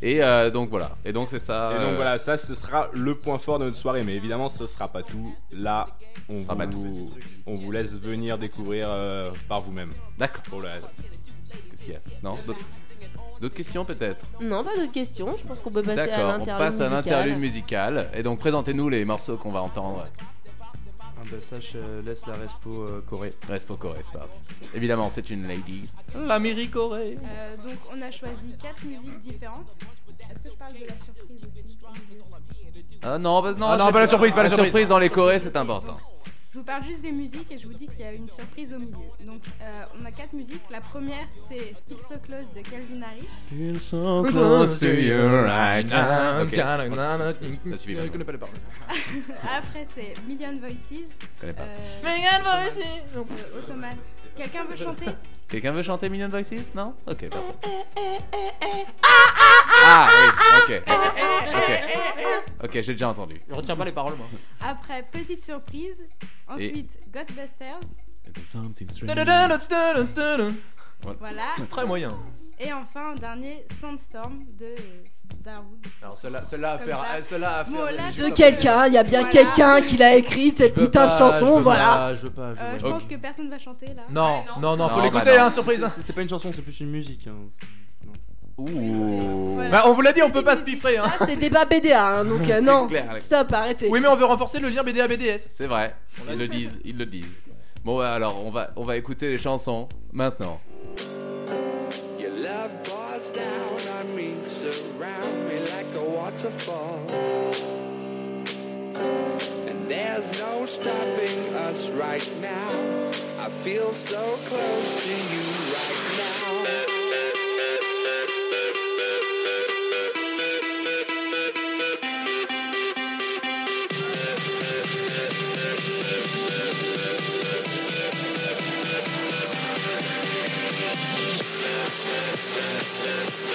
Speaker 5: Et euh, donc voilà. Et donc c'est ça.
Speaker 9: Et donc
Speaker 5: euh,
Speaker 9: voilà, ça ce sera le point fort de notre soirée, mais évidemment ce sera pas tout. Là, on,
Speaker 5: Ce sera
Speaker 9: vous,
Speaker 5: pas
Speaker 9: on vous laisse venir découvrir euh, par vous-même.
Speaker 5: D'accord. bah,
Speaker 9: Pour le reste.
Speaker 5: Qu'est-ce qu'il y a Non. d'autres- D'autres questions peut-être.
Speaker 1: Non, pas d'autres questions. Je pense qu'on peut passer à
Speaker 5: D'accord. On
Speaker 1: l'interlude.
Speaker 5: passe
Speaker 1: musicale.
Speaker 5: à l'interlude musical. Et donc présentez-nous les morceaux qu'on va entendre.
Speaker 6: Ah bah ça, je euh, laisse la respo euh, Corée.
Speaker 5: Respo Corée, c'est parti. Évidemment, c'est une lady.
Speaker 2: L'Amérique aurait.
Speaker 8: Euh, donc on a choisi quatre musiques différentes. Est-ce que je parle de la surprise aussi
Speaker 5: Ah non, bah, non,
Speaker 2: Ah non,
Speaker 5: j'ai-
Speaker 2: pas la surprise, pas la surprise.
Speaker 5: dans les Corées, c'est important.
Speaker 8: Je vous parle juste des musiques et je vous dis qu'il y a une surprise au milieu. Donc euh, on a quatre musiques. La première c'est It's So Close de Calvin Harris.
Speaker 2: Oh,
Speaker 5: Ok. Ça suffit pas.
Speaker 2: Je connais pas les paroles.
Speaker 8: Après c'est Million Voices.
Speaker 5: Je connais pas.
Speaker 8: euh,
Speaker 7: Megan Voici.
Speaker 8: de Automate. Quelqu'un veut chanter
Speaker 5: Quelqu'un veut chanter Million Voices Non Ok, personne. Ah oui, ok. Ok, Ok, j'ai déjà entendu.
Speaker 2: Je retiens pas les paroles, moi.
Speaker 8: Après petite surprise. Ensuite Ghostbusters. Voilà.
Speaker 2: Très moyen.
Speaker 8: Et enfin un dernier Sandstorm de euh, Darwood.
Speaker 2: Alors celle-là, celle-là à
Speaker 8: Comme
Speaker 2: faire,
Speaker 8: ça.
Speaker 2: eh, celle-là à
Speaker 8: Bon, là,
Speaker 2: faire.
Speaker 8: je-
Speaker 1: De quelqu'un, il y a bien
Speaker 8: Voilà.
Speaker 1: quelqu'un qui l'a écrite, cette putain de chanson, voilà.
Speaker 2: Je veux pas, je
Speaker 8: Euh,
Speaker 2: veux pas, je
Speaker 8: je
Speaker 2: veux
Speaker 8: pense que personne va chanter là.
Speaker 2: pas. Non, non, non, faut
Speaker 5: Non,
Speaker 2: l'écouter,
Speaker 5: bah non.
Speaker 2: hein, surprise.
Speaker 6: C'est- C'est pas une chanson, c'est plus une musique. hein.
Speaker 5: Ouh.
Speaker 8: Voilà.
Speaker 2: Bah, on vous l'a dit, on peut pas se piffrer, hein.
Speaker 1: Ah, c'est débat BDA, hein, donc euh,
Speaker 5: C'est
Speaker 1: non,
Speaker 5: clair, Alex.
Speaker 1: stop, arrêtez.
Speaker 2: Oui, mais on veut renforcer le lien BDA BDS.
Speaker 5: C'est vrai, ils le disent, ils le disent. Bon, bah, alors on va, on va écouter les chansons maintenant.
Speaker 7: Your love pours down on me, surround me like a waterfall. And there's no stopping us right now. I feel so close to you right now.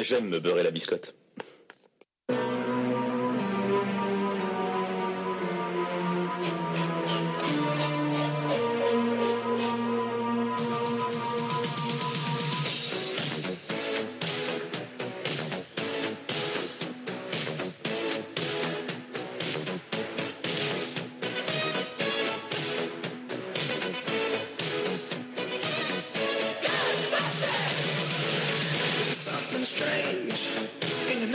Speaker 11: J'aime me beurrer la biscotte.
Speaker 7: Something strange in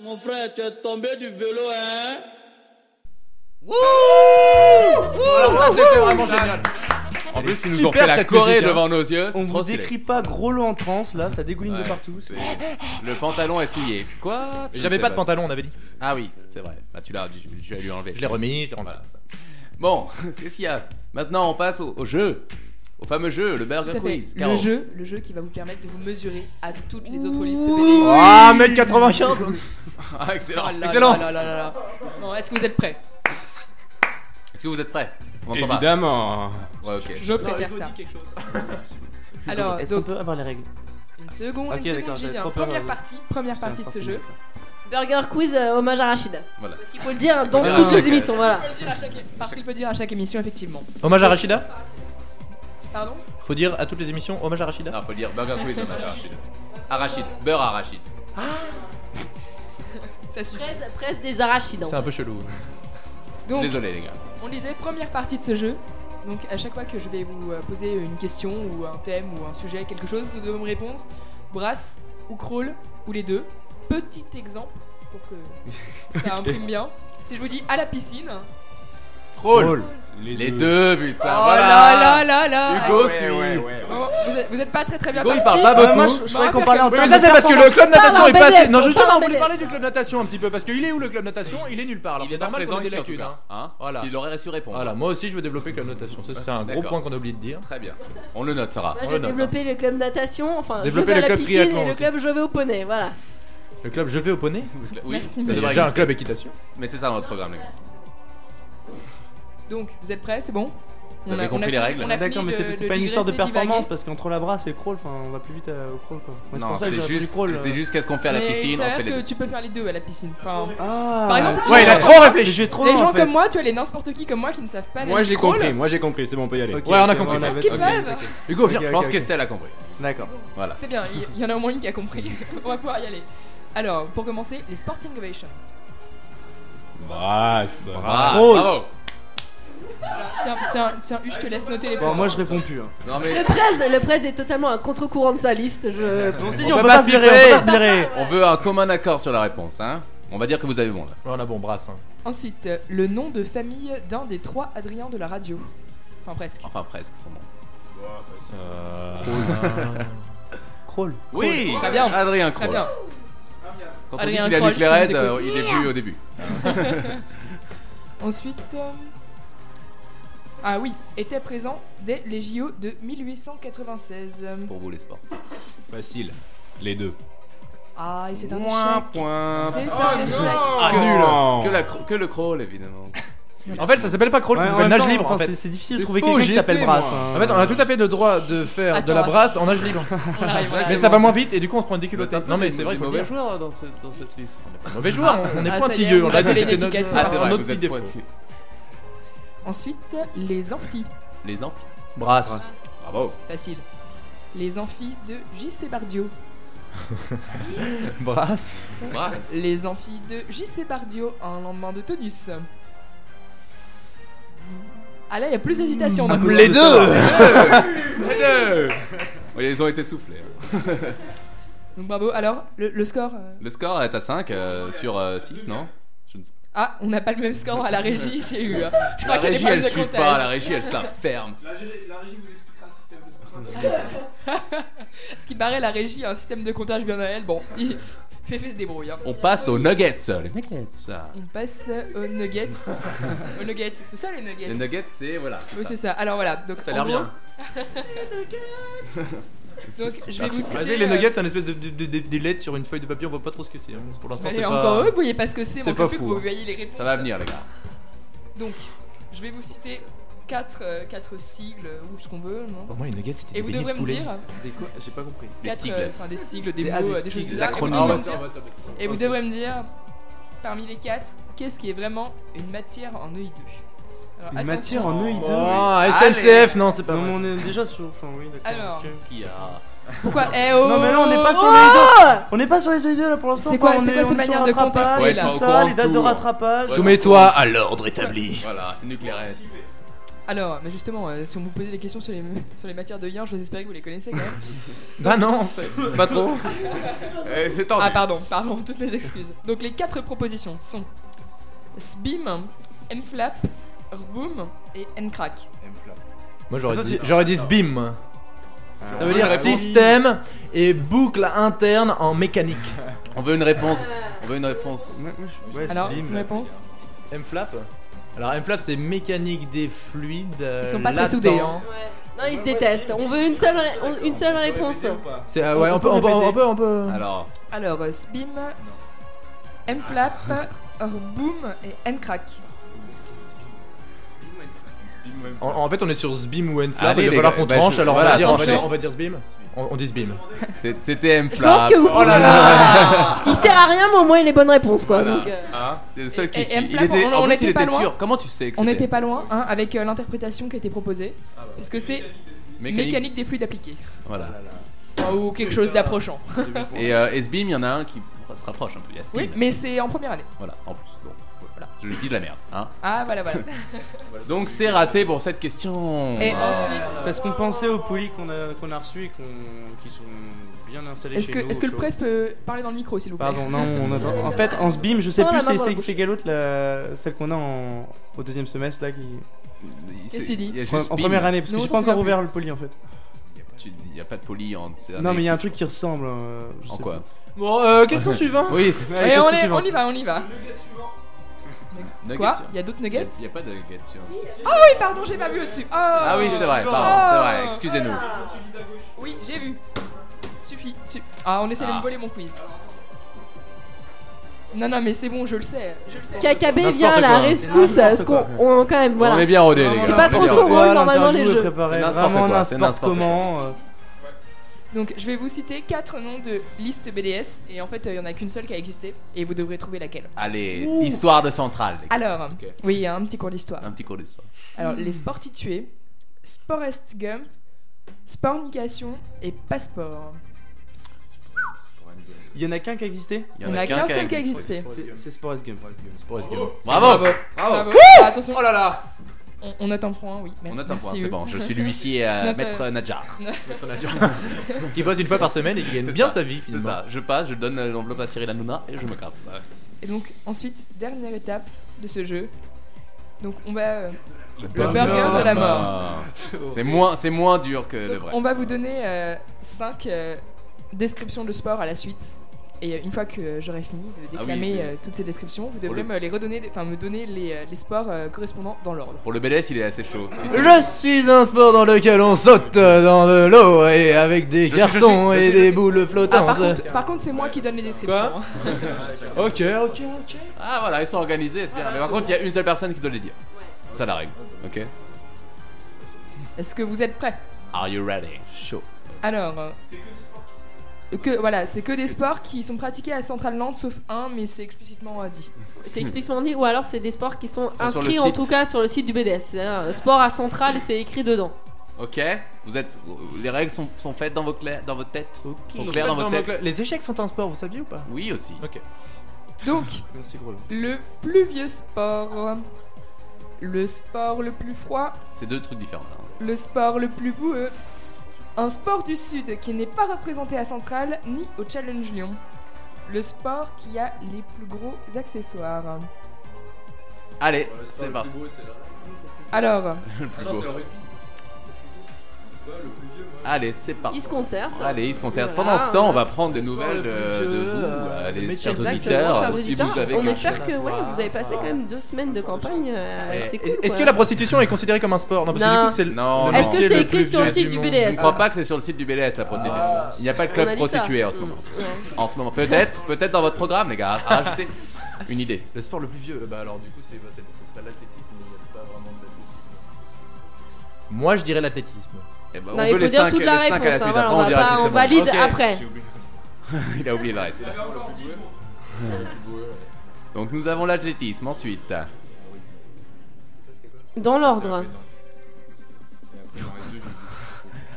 Speaker 12: Mon frère, tu es tombé du vélo, hein
Speaker 2: Alors ça, c'était vraiment génial. Ah,
Speaker 5: En plus, ils nous ont fait la Corée
Speaker 2: hein.
Speaker 5: devant nos yeux.
Speaker 6: On vous décrit
Speaker 5: décrit
Speaker 6: pas gros lot en transe là, ça dégouline de partout.
Speaker 5: Le pantalon est souillé. Quoi
Speaker 2: Mais j'avais
Speaker 5: C'est
Speaker 2: pas de
Speaker 5: vrai.
Speaker 2: pantalon, on avait dit.
Speaker 5: Ah oui, c'est vrai. Bah, tu l'as, tu, tu as lui enlevé.
Speaker 2: Je l'ai remis, je l'ai
Speaker 5: Voilà, ça. Bon, qu'est-ce qu'il y a Maintenant, on passe au, au jeu, au fameux jeu, le Burger
Speaker 4: Tout à fait.
Speaker 5: Quiz.
Speaker 4: Le
Speaker 5: Caro.
Speaker 4: jeu, le jeu qui va vous permettre de vous mesurer à toutes les autres listes
Speaker 5: Ouh.
Speaker 4: BD.
Speaker 5: Ah, 1m95. Ah, excellent.
Speaker 4: Oh
Speaker 1: Oh
Speaker 4: là là
Speaker 5: Excellent.
Speaker 4: là là là là. Non, est-ce que vous êtes prêts
Speaker 5: Est-ce que vous êtes prêts On entend pas.
Speaker 9: Évidemment. hein.
Speaker 5: Ouais, ok.
Speaker 4: Je préfère ça. Alors,
Speaker 6: Est-ce qu'on
Speaker 4: donc,
Speaker 6: peut avoir les règles
Speaker 4: une seconde,
Speaker 6: Ok,
Speaker 4: une seconde,
Speaker 6: d'accord,
Speaker 4: j'y
Speaker 6: j'avais
Speaker 4: viens.
Speaker 6: trop peur,
Speaker 4: Première
Speaker 6: euh,
Speaker 4: partie, première partie de ce jeu.
Speaker 1: Burger quiz euh, hommage à Rachid.
Speaker 5: Voilà.
Speaker 1: Parce qu'il faut le dire hein, dans
Speaker 4: Ah,
Speaker 1: toutes
Speaker 4: ok.
Speaker 1: les émissions, voilà.
Speaker 4: Il faut le dire à chaque- Parce qu'il peut dire à chaque émission, effectivement.
Speaker 2: Hommage à Rachida
Speaker 4: Pardon
Speaker 2: Faut dire à toutes les émissions hommage à Rachida
Speaker 5: Non, faut dire Burger Quiz hommage à Rachid. Arachide, beurre arachide.
Speaker 4: Ça suffit.
Speaker 1: Presse, presse des arachides. en
Speaker 2: C'est un peu
Speaker 1: fait.
Speaker 2: chelou.
Speaker 4: Donc,
Speaker 5: Désolé les gars.
Speaker 4: On disait première partie de ce jeu. Donc à chaque fois que je vais vous euh, poser une question ou un thème ou un sujet, quelque chose, vous devez me répondre brasse ou crawl ou les deux. Petit exemple pour que ça imprime bien. Si je vous dis à la piscine.
Speaker 5: Troll. Les, deux, putain.
Speaker 10: Ah,
Speaker 4: oh
Speaker 5: voilà.
Speaker 4: là là là là
Speaker 5: Hugo
Speaker 4: Ah,
Speaker 5: suit.
Speaker 4: Bon, vous, êtes, vous êtes pas très très bien
Speaker 5: Hugo, il
Speaker 4: parti.
Speaker 5: parle pas beaucoup.
Speaker 6: Euh,
Speaker 4: on va faire comme
Speaker 2: Mais ça, c'est parce que le club
Speaker 4: Parle
Speaker 2: natation
Speaker 4: en
Speaker 2: est passé.
Speaker 4: BDS,
Speaker 2: Non,
Speaker 4: on
Speaker 2: justement,
Speaker 4: parle en
Speaker 2: on voulait
Speaker 4: BDS.
Speaker 2: parler du club natation un petit peu. Parce qu'il est où le club natation Il est nulle part. Alors,
Speaker 5: Il
Speaker 2: c'est
Speaker 5: est pas
Speaker 2: normal
Speaker 5: présent
Speaker 2: qu'on ait des
Speaker 5: ici, en tout
Speaker 2: lacunes.
Speaker 5: cas. Hein Parce qu'il aurait su répondre.
Speaker 2: Voilà, moi aussi, je veux développer le club natation. Ça, c'est un gros
Speaker 5: D'accord.
Speaker 2: point qu'on a oublié de dire.
Speaker 5: Très bien. On le notera.
Speaker 1: Moi, j'ai développé le club natation, enfin, je vais
Speaker 2: Développer
Speaker 1: à
Speaker 2: le
Speaker 1: la
Speaker 2: club
Speaker 1: piscine
Speaker 2: triathlon
Speaker 1: et le
Speaker 2: aussi.
Speaker 1: club je vais au poney, voilà.
Speaker 2: Le club Je vais au poney
Speaker 5: Oui,
Speaker 4: Merci,
Speaker 5: ça
Speaker 2: Il y a
Speaker 5: devrait
Speaker 2: déjà un
Speaker 5: exister.
Speaker 2: club équitation.
Speaker 5: Mettez ça dans votre programme, les gars.
Speaker 4: Donc vous êtes prêts, c'est bon
Speaker 5: Vous avez compris
Speaker 4: fini-
Speaker 5: les règles
Speaker 4: on a fini
Speaker 6: D'accord, mais c'est
Speaker 4: de-
Speaker 6: c'est
Speaker 4: de
Speaker 6: pas une histoire de
Speaker 4: digresser,
Speaker 6: performance
Speaker 4: divaguer.
Speaker 6: parce qu'entre la brasse et le crawl, enfin, on va plus vite euh, au crawl quoi. Moi, c'est
Speaker 5: Non,
Speaker 6: pour ça que
Speaker 5: c'est
Speaker 6: j'ai appris
Speaker 5: juste,
Speaker 6: crawl, euh.
Speaker 5: c'est juste qu'est-ce qu'on fait à la
Speaker 4: Mais il
Speaker 5: piscine. On
Speaker 4: s'avère
Speaker 5: fait les
Speaker 4: que
Speaker 5: deux.
Speaker 4: tu peux faire les deux à la piscine. Enfin,
Speaker 6: Ah.
Speaker 4: Par exemple,
Speaker 9: Ouais,
Speaker 4: les
Speaker 9: il a
Speaker 4: gens-
Speaker 9: trop réfléchi.
Speaker 6: Je vais trop
Speaker 4: les
Speaker 6: loin,
Speaker 4: gens
Speaker 6: en fait.
Speaker 4: comme moi, tu as les n'importe qui comme moi qui ne savent pas.
Speaker 9: Moi
Speaker 4: nager
Speaker 9: j'ai
Speaker 4: crawl.
Speaker 9: compris, moi j'ai compris, c'est bon, on peut y aller.
Speaker 6: Ok,
Speaker 2: Ouais, on a
Speaker 6: c'est
Speaker 2: compris.
Speaker 6: bon,
Speaker 4: Parce qu'ils
Speaker 6: ok,
Speaker 4: peuvent.
Speaker 6: ok.
Speaker 5: Hugo, viens.
Speaker 6: Ok,
Speaker 5: Je
Speaker 6: ok,
Speaker 5: pense
Speaker 6: ok.
Speaker 5: qu'Estelle a compris.
Speaker 6: D'accord.
Speaker 5: Voilà.
Speaker 4: C'est bien, il- il y en a au moins une qui a compris. On va pouvoir y aller. Alors, pour commencer, les Sporting Ovation.
Speaker 9: Brasse.
Speaker 5: Ah,
Speaker 6: Drôle.
Speaker 5: bravo.
Speaker 4: Alors, tiens, tiens, tiens, Hu, je te laisse noter les points.
Speaker 6: Bon, moi je réponds plus. hein.
Speaker 5: Non
Speaker 1: Le
Speaker 5: mais
Speaker 1: presse, le presse est totalement un contre-courant de sa liste. Je...
Speaker 6: On s'est
Speaker 9: On
Speaker 6: dit,
Speaker 9: peut
Speaker 6: on peut
Speaker 9: pas
Speaker 6: pas
Speaker 9: se
Speaker 6: se blairer,
Speaker 9: blairer.
Speaker 6: on peut pas se blairer.
Speaker 5: on veut un commun accord sur la réponse, hein On va dire que vous avez bon là.
Speaker 2: On a bon brasse. hein.
Speaker 4: Ensuite, euh, le nom de famille d'un des trois Adrien de la radio. Enfin, presque.
Speaker 5: Enfin presque, son nom.
Speaker 6: Crawl.
Speaker 5: Oui.
Speaker 4: hein. Très bien.
Speaker 5: Adrien
Speaker 4: Très
Speaker 5: Croll.
Speaker 4: bien.
Speaker 5: Quand on dit
Speaker 4: Adrien
Speaker 5: qu'il a
Speaker 4: Kroll,
Speaker 5: du
Speaker 4: qui
Speaker 5: clairette,
Speaker 4: nous écoute.
Speaker 5: euh, il est venu au début.
Speaker 4: Ensuite. euh, Ah oui, était présent dès les JO de 1896.
Speaker 5: Pour vous les sports.
Speaker 9: Facile. Les deux.
Speaker 4: Ah, et c'est un
Speaker 5: Point,
Speaker 4: échec.
Speaker 5: point.
Speaker 4: C'est un échec.
Speaker 9: Ah,
Speaker 5: que,
Speaker 9: nul.
Speaker 5: Que, la cro- que le crawl évidemment.
Speaker 2: En fait, ça s'appelle pas crawl,
Speaker 6: Ouais,
Speaker 2: ça
Speaker 6: en
Speaker 2: s'appelle
Speaker 6: même
Speaker 2: nage
Speaker 6: temps,
Speaker 2: libre.
Speaker 6: enfin,
Speaker 2: En fait,
Speaker 6: c'est- c'est difficile de
Speaker 9: C'est
Speaker 6: trouver
Speaker 9: faux,
Speaker 6: quelqu'un qui
Speaker 9: j'étais,
Speaker 6: s'appelle
Speaker 9: moi.
Speaker 6: brasse. hein.
Speaker 2: En fait, on a tout à fait le droit de faire de la
Speaker 4: Attends, Ah,
Speaker 2: brasse en nage libre.
Speaker 4: On arrive, on
Speaker 2: Mais
Speaker 4: arrive.
Speaker 2: ça va moins vite et du coup on se prend une déculottée.
Speaker 5: T'as un peu
Speaker 2: Non mais
Speaker 5: des-
Speaker 2: c'est vrai
Speaker 5: des
Speaker 2: qu'il faut
Speaker 5: mauvais
Speaker 2: le dire.
Speaker 5: joueurs dans, ce- dans cette liste.
Speaker 2: Mauvais joueur, hein. on on
Speaker 4: Ah, ça
Speaker 2: est
Speaker 4: y est,
Speaker 2: pointilleux.
Speaker 4: on
Speaker 2: On
Speaker 4: a
Speaker 2: l'a dit,
Speaker 4: collé
Speaker 2: c'était notre
Speaker 4: l'étiquette,
Speaker 5: Ah c'est vrai,
Speaker 2: notre
Speaker 5: vous
Speaker 2: petit
Speaker 5: êtes
Speaker 2: défaut.
Speaker 5: pointilleux.
Speaker 4: Ensuite, les amphis.
Speaker 5: Les amphis.
Speaker 2: Brasse.
Speaker 5: Bravo.
Speaker 4: Facile. Les amphis de J.C. Bardio.
Speaker 2: Brasse.
Speaker 4: Ah,
Speaker 5: Brasse.
Speaker 4: Les amphis de J.C. Bardio, un lendemain de tonus. Ah là, il y a plus d'hésitation d'un coup.
Speaker 5: Les deux Les deux Oui, Ils ont été soufflés. hein.
Speaker 4: Donc bravo. Alors, le, le score euh,
Speaker 5: euh, Le score est à 5 sur 6, non Je ne sais
Speaker 4: Ah, on n'a pas le même score à la régie, j'ai eu. euh, Je
Speaker 5: La
Speaker 4: crois qu'il y a des
Speaker 5: régie,
Speaker 4: problèmes
Speaker 5: elle
Speaker 4: de
Speaker 5: suit
Speaker 4: comptage.
Speaker 5: pas, la régie, elle se la ferme.
Speaker 10: La régie vous expliquera le système
Speaker 4: Ce qui paraît, la régie a un système de comptage bien à elle. Bon, il fait, fait se débrouille. hein.
Speaker 5: On passe aux nuggets. Les nuggets.
Speaker 4: On passe aux nuggets. aux nuggets, c'est ça les nuggets
Speaker 5: Les nuggets, c'est voilà.
Speaker 4: Oui, c'est ça. Alors voilà. Donc,
Speaker 5: Ça a l'air
Speaker 4: en gros-
Speaker 5: bien.
Speaker 4: Donc, je vais vous citer,
Speaker 2: Malgré les
Speaker 4: euh,
Speaker 2: nuggets, c'est un espèce de, de, de- de- des lettres sur une feuille de papier, on voit pas trop ce que c'est. hein. Pour l'instant,
Speaker 4: euh, Allez,
Speaker 2: c'est pas.
Speaker 4: encore eux, vous voyez pas ce que c'est,
Speaker 2: C'est
Speaker 4: manque
Speaker 2: pas
Speaker 4: plus que
Speaker 2: fou.
Speaker 4: vous voyez les réponses.
Speaker 2: Ça va venir, les gars.
Speaker 4: Donc, je vais vous citer 4 quatre, quatre sigles euh, ou ce qu'on veut. Non
Speaker 2: Pour moi, les nuggets, c'était des
Speaker 4: Et vous
Speaker 2: beignets de
Speaker 4: devrez me
Speaker 2: poulet.
Speaker 4: dire.
Speaker 6: Des quoi J'ai pas compris.
Speaker 5: Des
Speaker 4: Quatre,
Speaker 5: sigles.
Speaker 4: euh, Enfin, des sigles, des
Speaker 5: Des-
Speaker 4: mots,
Speaker 5: ah, des
Speaker 4: euh, des choses
Speaker 5: sigles, des
Speaker 4: bizarres. Et vous
Speaker 5: acronymes. Ah,
Speaker 4: devrez me
Speaker 5: ouais,
Speaker 4: dire-
Speaker 5: ça va, ça va.
Speaker 4: Et vous
Speaker 5: Ok.
Speaker 4: devrez me dire, parmi les 4, qu'est-ce qui est vraiment une matière en EI2 Alors,
Speaker 6: Une
Speaker 4: attention.
Speaker 6: matière en EI2.
Speaker 2: Ah, SNCF, non, c'est pas
Speaker 6: Non,
Speaker 2: vrai,
Speaker 6: mais on est déjà sur. Enfin, oui, d'accord.
Speaker 4: Alors.
Speaker 6: ok.
Speaker 5: Qui a.
Speaker 4: Pourquoi Eh oh
Speaker 6: Non, mais là, on n'est pas sur
Speaker 4: Oh
Speaker 6: les deux. On n'est pas sur les deux là pour l'instant.
Speaker 4: C'est quoi-
Speaker 6: Enfin, on
Speaker 4: c'est
Speaker 6: est-
Speaker 4: quoi ces
Speaker 6: on est sur
Speaker 4: manières de
Speaker 6: rattrapage,
Speaker 4: contester, là
Speaker 6: tout
Speaker 4: Faut
Speaker 6: ça,
Speaker 4: qu'on
Speaker 6: Les dates de
Speaker 5: tourne.
Speaker 6: rattrapage.
Speaker 2: Soumets-toi à l'ordre établi.
Speaker 5: Voilà, c'est nucléaire.
Speaker 4: Alors, mais justement, euh, si on vous posait des questions sur les, sur les matières de lien, je vous espérais que vous les connaissez quand même.
Speaker 2: Bah non, en fait, pas trop.
Speaker 5: Eh, c'est tendu.
Speaker 4: Ah, pardon, pardon, toutes mes excuses. Donc, les quatre propositions sont SBIM, MFLAP, RBOOM et NCRAC.
Speaker 2: Moi, j'aurais
Speaker 4: Attends,
Speaker 2: dit,
Speaker 4: tu-
Speaker 2: j'aurais dit SBIM.
Speaker 5: Ah.
Speaker 2: Ça veut dire
Speaker 5: Bonne réponse.
Speaker 2: système et boucle interne en mécanique.
Speaker 5: On veut une réponse. On veut une réponse.
Speaker 2: Ouais,
Speaker 4: Alors,
Speaker 2: c'est Bim.
Speaker 4: une réponse
Speaker 2: M-flap Alors M-flap c'est mécanique des fluides. euh,
Speaker 1: Ils sont pas très
Speaker 2: latents.
Speaker 1: soudés, hein. Non, ils se détestent. On veut une seule, ré- on- une seule réponse.
Speaker 2: C'est ah ouais, on peut on peut on peut on peut.
Speaker 5: Alors,
Speaker 4: Alors, euh, SBIM, MFLAP, RBOOM et NCRAC.
Speaker 2: En, en fait, on est sur Zbim ou N-flap,
Speaker 5: Allez,
Speaker 2: il va
Speaker 5: les
Speaker 2: falloir
Speaker 5: gars,
Speaker 2: qu'on
Speaker 5: bah,
Speaker 2: tranche.
Speaker 5: je-
Speaker 2: Alors on
Speaker 5: voilà,
Speaker 2: va dire on va
Speaker 5: attention.
Speaker 2: dire- on va dire Zbim. On, on dit Zbim.
Speaker 5: c'est- c'était
Speaker 1: Je pense
Speaker 5: M-Flap.
Speaker 1: que vous. Ah. Il sert à rien, mais au moins il est bonne réponse, quoi.
Speaker 5: Voilà.
Speaker 1: donc, euh,
Speaker 4: Ah,
Speaker 5: Hein C'est le seul
Speaker 4: Et-
Speaker 5: qui
Speaker 4: et
Speaker 5: suit.
Speaker 4: M-Flap,
Speaker 5: Il était,
Speaker 4: on-
Speaker 5: en
Speaker 4: on
Speaker 5: plus,
Speaker 4: était
Speaker 5: il
Speaker 4: pas
Speaker 5: était
Speaker 4: loin.
Speaker 5: sûr. Comment tu sais que
Speaker 4: On
Speaker 5: c'était
Speaker 4: n'était pas loin, hein, avec euh, l'interprétation qui a été proposée, puisque Ah, bah, c'est
Speaker 5: Mécanique.
Speaker 4: mécanique. des fluides appliqués.
Speaker 5: Voilà.
Speaker 4: Ah, Ou quelque chose d'approchant.
Speaker 5: Et euh, SBIM, il y en a un qui se rapproche un peu. il y a SBIM.
Speaker 4: oui, mais c'est en première année.
Speaker 5: Voilà, en plus. Bon, voilà. Je dis de la merde. Hein.
Speaker 4: Ah, voilà, voilà.
Speaker 5: Donc c'est raté pour cette question.
Speaker 4: Et
Speaker 5: Ah.
Speaker 4: ensuite-
Speaker 6: Parce qu'on pensait aux polis qu'on a, qu'on a reçus et qu'on- qui sont bien installés
Speaker 4: Est-ce
Speaker 6: chez
Speaker 4: que,
Speaker 6: nous.
Speaker 4: est-ce que
Speaker 6: au
Speaker 4: le
Speaker 6: chaud.
Speaker 4: presse peut parler dans le micro, s'il vous plaît
Speaker 6: Pardon, non, on attend. En fait, en SBIM, je sais
Speaker 4: Sans
Speaker 6: plus,
Speaker 4: la main
Speaker 6: c'est-
Speaker 4: dans la
Speaker 6: c'est
Speaker 4: bouche.
Speaker 6: c'est quelle autre, la- celle qu'on a en- au deuxième semestre là qui.
Speaker 4: Qu'est-ce qu'il dit
Speaker 5: Il y a juste
Speaker 6: En- En
Speaker 5: SBIM.
Speaker 6: première année, parce que
Speaker 4: Nous, on
Speaker 6: j'ai
Speaker 4: s'en
Speaker 6: pas encore
Speaker 4: souvient
Speaker 6: ouvert le poli en fait.
Speaker 5: Tu- Il n'y a pas de poli en. c'est un
Speaker 6: Non, mais il y a un
Speaker 5: électif.
Speaker 6: truc qui ressemble. euh, je
Speaker 5: En
Speaker 6: sais
Speaker 5: quoi
Speaker 6: Bon, euh, question suivante.
Speaker 5: Oui, c'est ça.
Speaker 6: Ouais,
Speaker 4: Allez, on,
Speaker 6: question
Speaker 4: est-
Speaker 6: suivante.
Speaker 4: on y va, on y va.
Speaker 5: Nuggets,
Speaker 4: Quoi
Speaker 5: hein.
Speaker 4: Il y a d'autres nuggets
Speaker 5: Il n'y a pas de nuggets. hein.
Speaker 4: Ah oui, pardon, j'ai pas vu au-dessus. Oh
Speaker 5: Ah oui, c'est vrai, pardon, c'est vrai, excusez-nous.
Speaker 4: Oui, j'ai vu. Suffit. su- Ah, on essaie de
Speaker 5: Ah.
Speaker 4: me voler mon quiz. Non, non, mais c'est bon, je le sais. Je le sais.
Speaker 1: KKB
Speaker 2: N'importe
Speaker 1: vient à la
Speaker 2: quoi.
Speaker 1: rescousse, à ce qu'on on, quand même voilà.
Speaker 5: On est bien rodés, les gars.
Speaker 1: C'est
Speaker 5: on
Speaker 1: pas
Speaker 5: est
Speaker 1: trop
Speaker 5: bien
Speaker 1: son
Speaker 5: rodés.
Speaker 1: rôle normalement les
Speaker 6: L'interview est
Speaker 1: jeux.
Speaker 6: préparée
Speaker 5: C'est n'importe
Speaker 6: vraiment
Speaker 5: quoi, c'est
Speaker 6: n'importe
Speaker 5: n'importe quoi.
Speaker 6: comment. euh,
Speaker 4: Donc, je vais vous citer quatre noms de liste BDS. Et en fait, euh, il y en a qu'une seule qui a existé. Et vous devrez trouver laquelle.
Speaker 5: Allez,
Speaker 4: Ouh.
Speaker 5: histoire de centrale. les gars.
Speaker 4: Alors,
Speaker 5: Ok.
Speaker 4: oui, un petit cours d'histoire.
Speaker 5: Un petit cours d'histoire.
Speaker 4: Alors, les sportitués, sporest gum, spornication et passeport.
Speaker 6: Il y en a qu'un qui a existé
Speaker 4: Il y en a qu'un seul qui a existé.
Speaker 6: C'est- C'est Sports Game.
Speaker 5: Bravo.
Speaker 4: Bravo. Ah, attention.
Speaker 5: Oh là là
Speaker 4: On, on note un point, oui. mer-
Speaker 5: On note un point,
Speaker 4: merci,
Speaker 5: c'est
Speaker 4: eux.
Speaker 5: bon. Je suis l'huissier euh,
Speaker 4: Note,
Speaker 5: Maître
Speaker 4: euh,
Speaker 5: Nadjar.
Speaker 4: Maître
Speaker 5: Nadjar.
Speaker 2: Qui bosse une fois par semaine et qui gagne
Speaker 5: C'est
Speaker 2: bien
Speaker 5: ça,
Speaker 2: sa vie
Speaker 5: C'est
Speaker 2: finalement.
Speaker 5: ça. Je passe, je donne euh, l'enveloppe à Cyril Hanouna et je me casse.
Speaker 4: Et donc, ensuite, dernière étape de ce jeu. Donc, on va, euh,
Speaker 5: Le
Speaker 4: burger de la mort.
Speaker 5: Ben, C'est moins, c'est moins dur que le vrai.
Speaker 4: on va vous donner 5 descriptions de sport à la suite. Et euh, une fois que euh, j'aurai fini de
Speaker 5: Ah oui,
Speaker 4: déclamer
Speaker 5: oui.
Speaker 4: euh, toutes ces descriptions, vous devrez
Speaker 5: Oh, le-
Speaker 4: me les redonner, enfin me donner les, euh, les sports euh, correspondants dans l'ordre.
Speaker 5: Pour le BDS, il est assez chaud. Si, si.
Speaker 2: Je suis un sport dans lequel on saute euh, dans de l'eau et avec des
Speaker 5: suis, je
Speaker 2: cartons
Speaker 5: suis, je
Speaker 2: et
Speaker 5: suis, je
Speaker 2: des
Speaker 5: suis.
Speaker 2: boules
Speaker 4: Ah, par
Speaker 2: flottantes.
Speaker 4: contre, par contre, c'est moi qui donne les descriptions. hein.
Speaker 2: ok, ok, ok.
Speaker 5: Ah voilà, ils sont organisés, c'est bien. Mais par contre, il y a une seule personne qui doit les dire. C'est ça la règle. Ok
Speaker 4: hein. Est-ce que vous êtes prêts
Speaker 5: Are you ready
Speaker 2: Chaud.
Speaker 4: Alors. euh, que voilà, c'est que des sports qui sont pratiqués à Centrale Nantes, sauf un, mais c'est explicitement euh, dit.
Speaker 1: C'est explicitement dit, ou alors c'est des sports qui sont
Speaker 5: Sont sur le
Speaker 1: inscrits en
Speaker 5: site.
Speaker 1: tout cas sur le site du BDS. C'est-à-dire, euh, sport à centrale, c'est écrit dedans.
Speaker 5: Ok Vous êtes. Les règles sont, sont faites dans vos, cla- dans votre tête Sont claires dans
Speaker 2: Dans
Speaker 5: votre
Speaker 2: ma
Speaker 5: tête
Speaker 2: cla- Les échecs sont un sport, vous saviez ou pas
Speaker 5: Oui aussi.
Speaker 2: Ok.
Speaker 4: Donc,
Speaker 6: Merci Grolo.
Speaker 4: le plus vieux sport, le sport le plus froid,
Speaker 5: C'est deux trucs différents. là.
Speaker 4: le sport le plus boueux, un sport du Sud qui n'est pas représenté à Centrale ni au Challenge Lyon, le sport qui a les plus gros accessoires.
Speaker 5: Allez, c'est parti.
Speaker 4: Alors.
Speaker 5: Le plus
Speaker 2: Ah non,
Speaker 5: beau.
Speaker 2: c'est le rugby.
Speaker 5: Allez, c'est parti.
Speaker 1: Ils se concertent.
Speaker 5: Allez, ils se concertent.
Speaker 1: Voilà.
Speaker 5: Pendant ce temps, on va prendre des nouvelles de, de vous, euh, les chers
Speaker 1: Exactement, chers
Speaker 5: auditeurs. Si
Speaker 1: auditeurs.
Speaker 5: vous avez
Speaker 1: on
Speaker 5: quelque
Speaker 1: espère
Speaker 5: chose à
Speaker 1: que ouais,
Speaker 5: voir.
Speaker 1: vous avez passé quand même deux semaines de campagne. euh,
Speaker 5: Et-
Speaker 1: c'est
Speaker 5: et-
Speaker 1: cool,
Speaker 5: est-ce
Speaker 1: quoi.
Speaker 2: que la prostitution est considérée comme un sport Non, parce que
Speaker 1: Non.
Speaker 2: du coup, c'est le-
Speaker 5: Non,
Speaker 2: le
Speaker 1: Est-ce que
Speaker 2: métier
Speaker 1: c'est Ah.
Speaker 2: le
Speaker 1: écrit
Speaker 2: plus
Speaker 1: sur le
Speaker 2: vieux
Speaker 1: site du
Speaker 2: monde.
Speaker 1: BDS
Speaker 5: Je ne crois pas que c'est sur le site du BDS la prostitution. Il n'y a pas
Speaker 1: On
Speaker 5: de
Speaker 1: a
Speaker 5: club
Speaker 1: dit ça.
Speaker 5: prostitué en ce moment.
Speaker 1: Mm, ouais.
Speaker 5: En ce moment, peut-être, peut-être dans votre programme, les gars, rajoutez une idée.
Speaker 2: Le sport le plus vieux, bah alors du coup, c'est, bah, c'est- ce serait l'athlétisme, mais il n'y a pas vraiment d'athlétisme. Moi, je dirais l'athlétisme.
Speaker 5: Eh ben,
Speaker 1: Non, il faut dire toute la réponse, hein, voilà, on va pas- on valide après. J'ai oublié.
Speaker 5: Il a oublié le reste. Donc nous avons l'athlétisme ensuite.
Speaker 1: Dans l'ordre.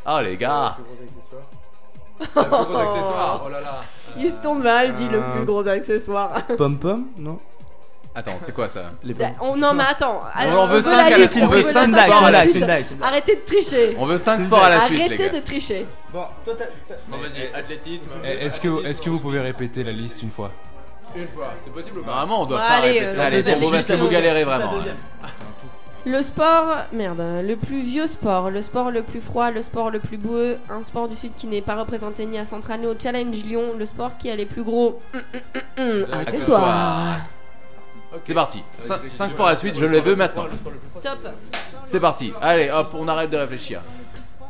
Speaker 5: Ah les gars
Speaker 2: oh là là.
Speaker 1: Il se tourne vers elle, dit le
Speaker 5: Euh,
Speaker 1: plus gros accessoire.
Speaker 6: Pom pom, non
Speaker 5: Attends, c'est quoi ça
Speaker 1: On, non, mais attends.
Speaker 5: on veut cinq
Speaker 1: la
Speaker 5: à la-
Speaker 1: liste,
Speaker 5: on veut
Speaker 1: veut
Speaker 5: cinq
Speaker 1: la
Speaker 5: sports à la
Speaker 1: liste.
Speaker 5: suite. Nice, nice.
Speaker 1: Arrêtez de tricher.
Speaker 5: On veut cinq sports à la suite, les
Speaker 1: Arrêtez de
Speaker 5: gars.
Speaker 1: tricher.
Speaker 6: Bon, toi,
Speaker 5: Bon vas-y, athlétisme.
Speaker 13: Est-ce que, est que vous pouvez répéter la liste une fois
Speaker 5: Une fois, c'est possible ou pas Vraiment, on doit
Speaker 1: Bon,
Speaker 5: pas
Speaker 1: allez,
Speaker 5: répéter.
Speaker 1: euh,
Speaker 5: allez,
Speaker 1: deuxième,
Speaker 5: on vous
Speaker 1: juste
Speaker 5: laisse- vous
Speaker 1: la
Speaker 5: galérez
Speaker 1: deuxième.
Speaker 5: vraiment. hein.
Speaker 1: La Le sport, merde, le plus vieux sport, le sport le plus froid, le sport le plus boueux, un sport du sud qui n'est pas représenté ni à Centrale ni au Challenge Lyon, le sport qui a les plus gros hum, hum, hum, hum, accessoires.
Speaker 5: C'est parti. 5 sports à la suite, je le veux
Speaker 2: oh,
Speaker 5: maintenant.
Speaker 1: Top.
Speaker 5: C'est parti. Allez, hop, on arrête de réfléchir.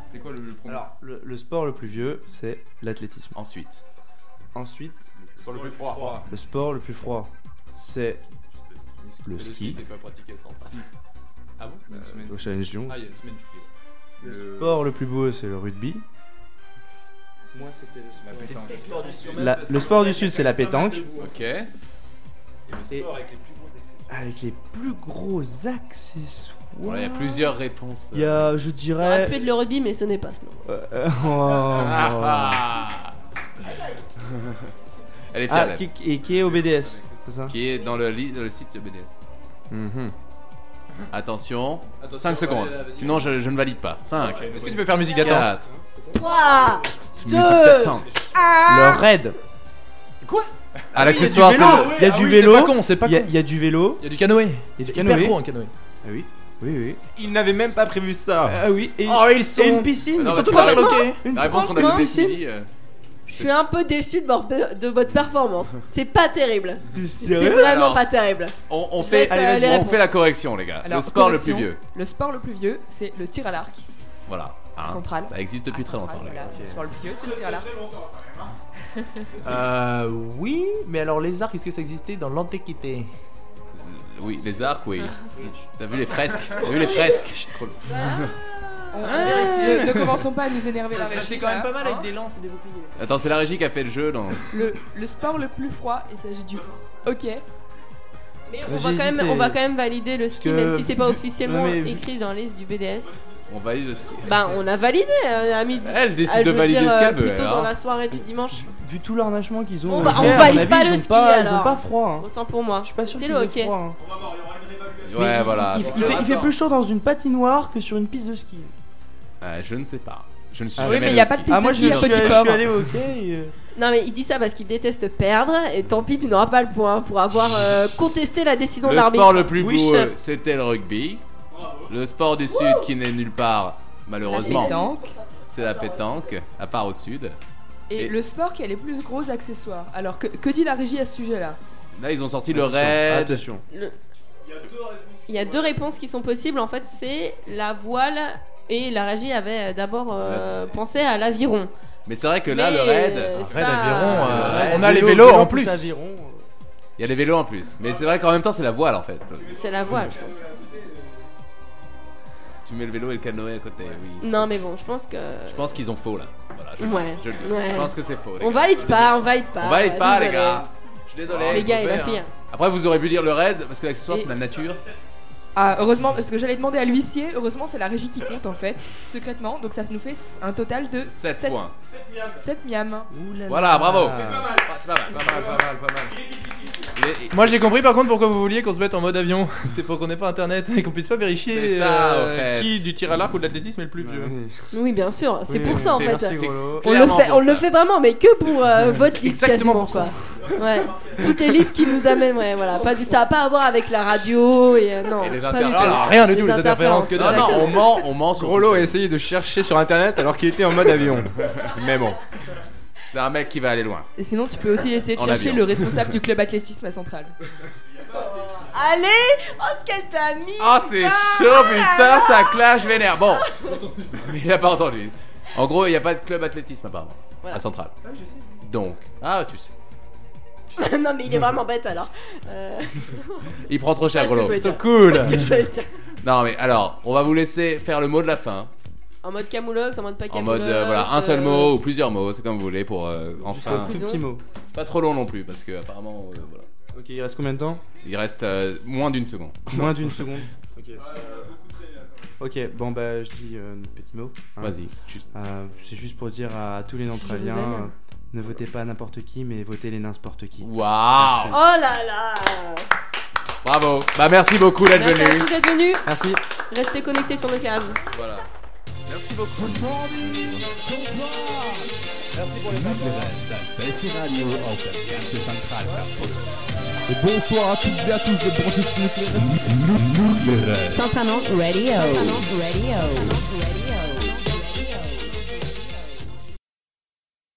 Speaker 2: C'est quoi le, premier
Speaker 6: Alors, le, le sport le plus vieux, c'est l'athlétisme.
Speaker 5: Ensuite.
Speaker 6: Ensuite,
Speaker 2: Le sport le plus froid.
Speaker 6: le sport le plus froid, c'est le ski.
Speaker 2: c'est pas pratiqué sans ça. Ah bon
Speaker 6: Euh, au Challenge Lyon.
Speaker 2: Ah, il y a une semaine ski.
Speaker 6: Le sport le plus beau, c'est le rugby.
Speaker 2: Moi, c'était le sport du sud.
Speaker 6: La- le sport du Sud, c'est la pétanque.
Speaker 5: Ok. Et
Speaker 2: le sport avec les plus gros accessoires.
Speaker 6: Avec les plus gros accessoires.
Speaker 5: Bon, là, il y a plusieurs réponses.
Speaker 6: Il y a,
Speaker 1: Ça
Speaker 6: je
Speaker 1: aurait pu
Speaker 6: dirais.
Speaker 1: être le rugby, mais ce n'est pas ce nom.
Speaker 6: Euh, euh, oh.
Speaker 5: Ah, Elle est fière,
Speaker 6: Ah,
Speaker 5: elle.
Speaker 6: qui, et qui est au BDS, c'est ça
Speaker 5: Qui est dans le, li- dans le site de BDS.
Speaker 6: Mhm.
Speaker 5: Attention,
Speaker 2: Attention,
Speaker 5: 5 secondes.
Speaker 2: allez, allez, vas-y.
Speaker 5: Sinon, je, je ne valide pas. 5.
Speaker 2: Ok, Est-ce que tu peux faire musique d'attente
Speaker 1: 3,
Speaker 5: Musique d'attente.
Speaker 1: Ah
Speaker 6: Le raid.
Speaker 2: Quoi
Speaker 5: Ah, l'accessoire,
Speaker 6: Il
Speaker 5: c'est
Speaker 6: y a du
Speaker 5: le.
Speaker 6: vélo.
Speaker 2: Ah
Speaker 6: Il y a du vélo. Il y a- Il y a du vélo.
Speaker 2: Il y a du canoë.
Speaker 6: Il y a du
Speaker 2: hyper
Speaker 6: canoë.
Speaker 2: gros, un canoë.
Speaker 6: Ah oui. Oui, oui.
Speaker 9: Ils n'avaient même pas prévu ça.
Speaker 6: Ah oui. Et,
Speaker 9: Oh, ils
Speaker 6: et
Speaker 9: sont-
Speaker 6: une piscine.
Speaker 9: Ah non,
Speaker 6: Ils sont
Speaker 9: parce
Speaker 6: tous
Speaker 9: que la-
Speaker 6: interloqués.
Speaker 9: la
Speaker 6: Une-
Speaker 5: réponse qu'on a
Speaker 6: franchement,
Speaker 5: donnée
Speaker 6: piscine.
Speaker 5: Billy, euh,
Speaker 1: Je suis un peu déçu de, mor- de votre performance. C'est pas terrible. C'est
Speaker 5: sérieux
Speaker 1: vraiment
Speaker 5: Alors,
Speaker 1: pas terrible.
Speaker 5: On, on
Speaker 1: Je
Speaker 5: fait,
Speaker 1: laisse, euh, les
Speaker 5: on
Speaker 1: réponses.
Speaker 5: fait la correction, les gars.
Speaker 4: Alors,
Speaker 5: le sport
Speaker 4: correction,
Speaker 5: le plus vieux.
Speaker 4: Le sport le plus vieux, c'est le tir à l'arc.
Speaker 5: Voilà. hein.
Speaker 4: Central.
Speaker 5: Ça existe depuis
Speaker 4: Ah,
Speaker 5: très longtemps,
Speaker 4: central,
Speaker 5: les gars.
Speaker 4: voilà. Le sport le plus vieux, c'est le tir à l'arc.
Speaker 2: Euh, oui, mais alors les arcs, est-ce que ça existait dans l'Antiquité
Speaker 5: Oui, les arcs, oui.
Speaker 1: Ah,
Speaker 5: T'as vu les fresques T'as vu les fresques Chut, creux.
Speaker 4: On- ne, ne commençons pas à nous énerver.
Speaker 2: Ah. Ça
Speaker 4: la
Speaker 2: se passait
Speaker 4: régie,
Speaker 2: quand même
Speaker 4: là,
Speaker 2: pas mal avec
Speaker 4: hein.
Speaker 2: des lances et des boucliers.
Speaker 5: Attends, c'est la régie qui a fait le jeu, non
Speaker 4: Le, le sport le plus froid, il s'agit du hockey.
Speaker 1: Mais
Speaker 5: J'ai
Speaker 1: on va, quand même,
Speaker 5: hésité.
Speaker 1: on va quand quand même valider le ski,
Speaker 5: que-
Speaker 1: même si c'est pas officiellement
Speaker 5: Non, mais-
Speaker 1: écrit dans la liste du BDS.
Speaker 5: On valide le ski.
Speaker 1: Bah, on a validé euh, à midi.
Speaker 5: Elle décide
Speaker 1: Ah, je
Speaker 5: de
Speaker 1: veux
Speaker 5: valider
Speaker 1: dire,
Speaker 5: ce qu'elle
Speaker 1: euh,
Speaker 5: veut,
Speaker 1: Plutôt
Speaker 5: hein.
Speaker 1: dans la soirée du dimanche.
Speaker 6: Vu tout l'arnachement qu'ils ont.
Speaker 1: Bon,
Speaker 6: au
Speaker 1: bah, on
Speaker 6: hiver, à mon
Speaker 1: valide
Speaker 6: avis,
Speaker 1: pas
Speaker 6: ils
Speaker 1: le
Speaker 6: ont
Speaker 1: ski,
Speaker 6: pas- Ils ont
Speaker 1: alors.
Speaker 6: pas froid. hein.
Speaker 1: Autant pour moi. C'est
Speaker 6: qu'ils
Speaker 1: le
Speaker 6: aient
Speaker 1: hockey.
Speaker 6: froid, hein. Mais
Speaker 5: Ouais,
Speaker 6: il-
Speaker 5: voilà.
Speaker 6: Il,
Speaker 5: Ah, c'est
Speaker 6: il
Speaker 5: ça.
Speaker 6: fait, il fait plus chaud dans une patinoire que sur une piste de ski.
Speaker 5: Euh, je ne sais pas. Je ne suis
Speaker 6: Ah
Speaker 5: jamais
Speaker 6: oui, mais
Speaker 5: allé
Speaker 6: y a
Speaker 5: au
Speaker 6: pas de
Speaker 5: ski.
Speaker 6: piste Ah, moi, de ski je- à je- Petit je- je Port. suis allé au hockey et, euh,
Speaker 1: Non, mais il dit ça parce qu'il déteste perdre. Et tant pis, tu n'auras pas le point pour avoir euh, contesté la décision de
Speaker 5: Le
Speaker 1: l'arbitre.
Speaker 5: sport le plus beau, euh, c'était le rugby. Le sport du sud qui n'est nulle part, malheureusement.
Speaker 4: La pétanque.
Speaker 5: C'est la pétanque, à part au sud.
Speaker 4: Et, le sport qui a les plus gros accessoires. Alors, que, que dit la régie à ce sujet-là
Speaker 5: Là, ils ont sorti le
Speaker 6: Attention,
Speaker 5: raid.
Speaker 6: attention.
Speaker 1: Le- Il y a deux réponses qui sont possibles. En fait, c'est la voile et la régie avait euh, d'abord euh, pensé à l'aviron.
Speaker 5: Mais c'est vrai que là,
Speaker 1: Mais,
Speaker 5: le raid.
Speaker 1: euh, c'est
Speaker 5: raid
Speaker 1: pas-
Speaker 5: aviron, euh,
Speaker 2: Raid
Speaker 5: on a les
Speaker 2: vélo,
Speaker 5: vélos
Speaker 2: vélo
Speaker 5: en
Speaker 2: plus
Speaker 5: plus.
Speaker 2: aviron,
Speaker 5: Il y a les vélos en plus. Mais c'est vrai qu'en même temps, c'est la voile en fait.
Speaker 1: C'est la voile, je pense.
Speaker 5: Tu mets le vélo et le canoë à côté, oui.
Speaker 1: Non, mais bon, je pense que.
Speaker 5: Je pense qu'ils ont faux là. Voilà, je,
Speaker 1: Ouais.
Speaker 5: je, je
Speaker 1: ouais.
Speaker 5: pense que c'est faux. les
Speaker 1: On
Speaker 5: gars.
Speaker 1: valide pas, on valide pas.
Speaker 5: On valide pas, les
Speaker 1: Désolé.
Speaker 5: gars. Je suis désolé.
Speaker 1: Les gars et la
Speaker 5: Mauvais,
Speaker 1: fille.
Speaker 5: hein. Après, vous aurez pu dire le raid parce que l'accessoire,
Speaker 4: Et-
Speaker 5: c'est la nature.
Speaker 4: Ah, heureusement, parce que j'allais demander à l'huissier. Heureusement, c'est la régie qui compte en fait, secrètement. Donc, ça nous fait un total de
Speaker 5: 7
Speaker 4: sept-
Speaker 5: points.
Speaker 4: 7 miams.
Speaker 5: Ah. Voilà, bravo. C'est pas mal. C'est pas mal, pas mal, pas mal.
Speaker 2: Moi j'ai compris par contre pourquoi vous vouliez qu'on se mette en mode avion. C'est pour qu'on n'ait pas internet et qu'on puisse pas vérifier
Speaker 5: C'est ça,
Speaker 2: euh,
Speaker 5: au fait.
Speaker 2: qui du tir à l'arc ou de l'athlétisme est le plus vieux.
Speaker 1: Oui, bien sûr, c'est
Speaker 2: Oui,
Speaker 1: pour ça en
Speaker 2: c'est
Speaker 1: fait.
Speaker 2: merci, Grolo.
Speaker 1: On, le
Speaker 2: Clairement
Speaker 1: fait,
Speaker 2: pour
Speaker 1: on le
Speaker 2: ça.
Speaker 1: fait vraiment, mais que pour euh, votre liste
Speaker 2: exactement
Speaker 1: quasiment
Speaker 2: pour ça.
Speaker 1: quoi. Ouais. Toutes les listes qui nous amènent, ouais, voilà. Pas du, ça n'a pas à voir avec la radio et euh, non.
Speaker 5: Et les
Speaker 1: pas
Speaker 5: inter-
Speaker 1: du
Speaker 5: Ah,
Speaker 1: tout.
Speaker 5: là,
Speaker 9: rien du
Speaker 1: Les Ah, bah,
Speaker 9: tout, les interférences que dalle.
Speaker 1: ouais.
Speaker 9: Non, non,
Speaker 5: On ment, on ment sur.
Speaker 9: Grolo a essayé de chercher sur internet alors qu'il était en mode avion. Mais bon.
Speaker 5: C'est un mec qui va aller loin.
Speaker 4: Et sinon, tu peux aussi essayer de
Speaker 5: En
Speaker 4: chercher
Speaker 5: avion.
Speaker 4: le responsable du club athlétisme à Centrale.
Speaker 1: Allez Oh, ce qu'elle t'a mis
Speaker 5: Ah, c'est chaud, putain, ça clash vénère. Bon, mais il a pas entendu. En gros, il n'y a pas de club athlétisme apparemment
Speaker 1: Voilà.
Speaker 5: à Centrale. Donc, ah, tu sais.
Speaker 1: non, mais il est vraiment bête alors. Euh,
Speaker 5: Il prend trop cher,
Speaker 1: Qu'est-ce Ah, que
Speaker 5: Grolo.
Speaker 1: je voulais dire Cool. Qu'est-ce que je voulais dire
Speaker 5: Non, mais alors, on va vous laisser faire le mot de la fin.
Speaker 1: En mode camoulox, en mode pas
Speaker 5: En
Speaker 1: camoulox.
Speaker 5: mode, euh, voilà, un seul
Speaker 1: euh,
Speaker 5: mot ou plusieurs mots, c'est comme vous voulez pour euh, enfin.
Speaker 1: un tout petit mot.
Speaker 5: Pas trop long non plus, parce que apparemment, euh, voilà.
Speaker 6: Ok, il reste combien de temps
Speaker 5: Il reste euh, moins d'une seconde.
Speaker 6: Moins d'une seconde. Ok. Ok, bon bah je dis euh, un petit mot.
Speaker 5: Vas-y,
Speaker 6: Euh, c'est juste pour dire à tous les Nantraliens,
Speaker 5: Je vous aime.
Speaker 6: euh, ne votez pas n'importe qui, mais votez les n'importe qui.
Speaker 5: Waouh
Speaker 1: Oh là là
Speaker 5: Bravo. Bah, merci beaucoup d'être
Speaker 1: Merci à
Speaker 5: venu.
Speaker 1: tous d'être venus.
Speaker 6: Merci.
Speaker 1: Restez connectés sur nos cases.
Speaker 5: Voilà. Merci beaucoup. Merci pour les
Speaker 3: Et bonsoir à toutes et à tous de brancher sur le terrain.
Speaker 14: Central Radio. Radio. Radio.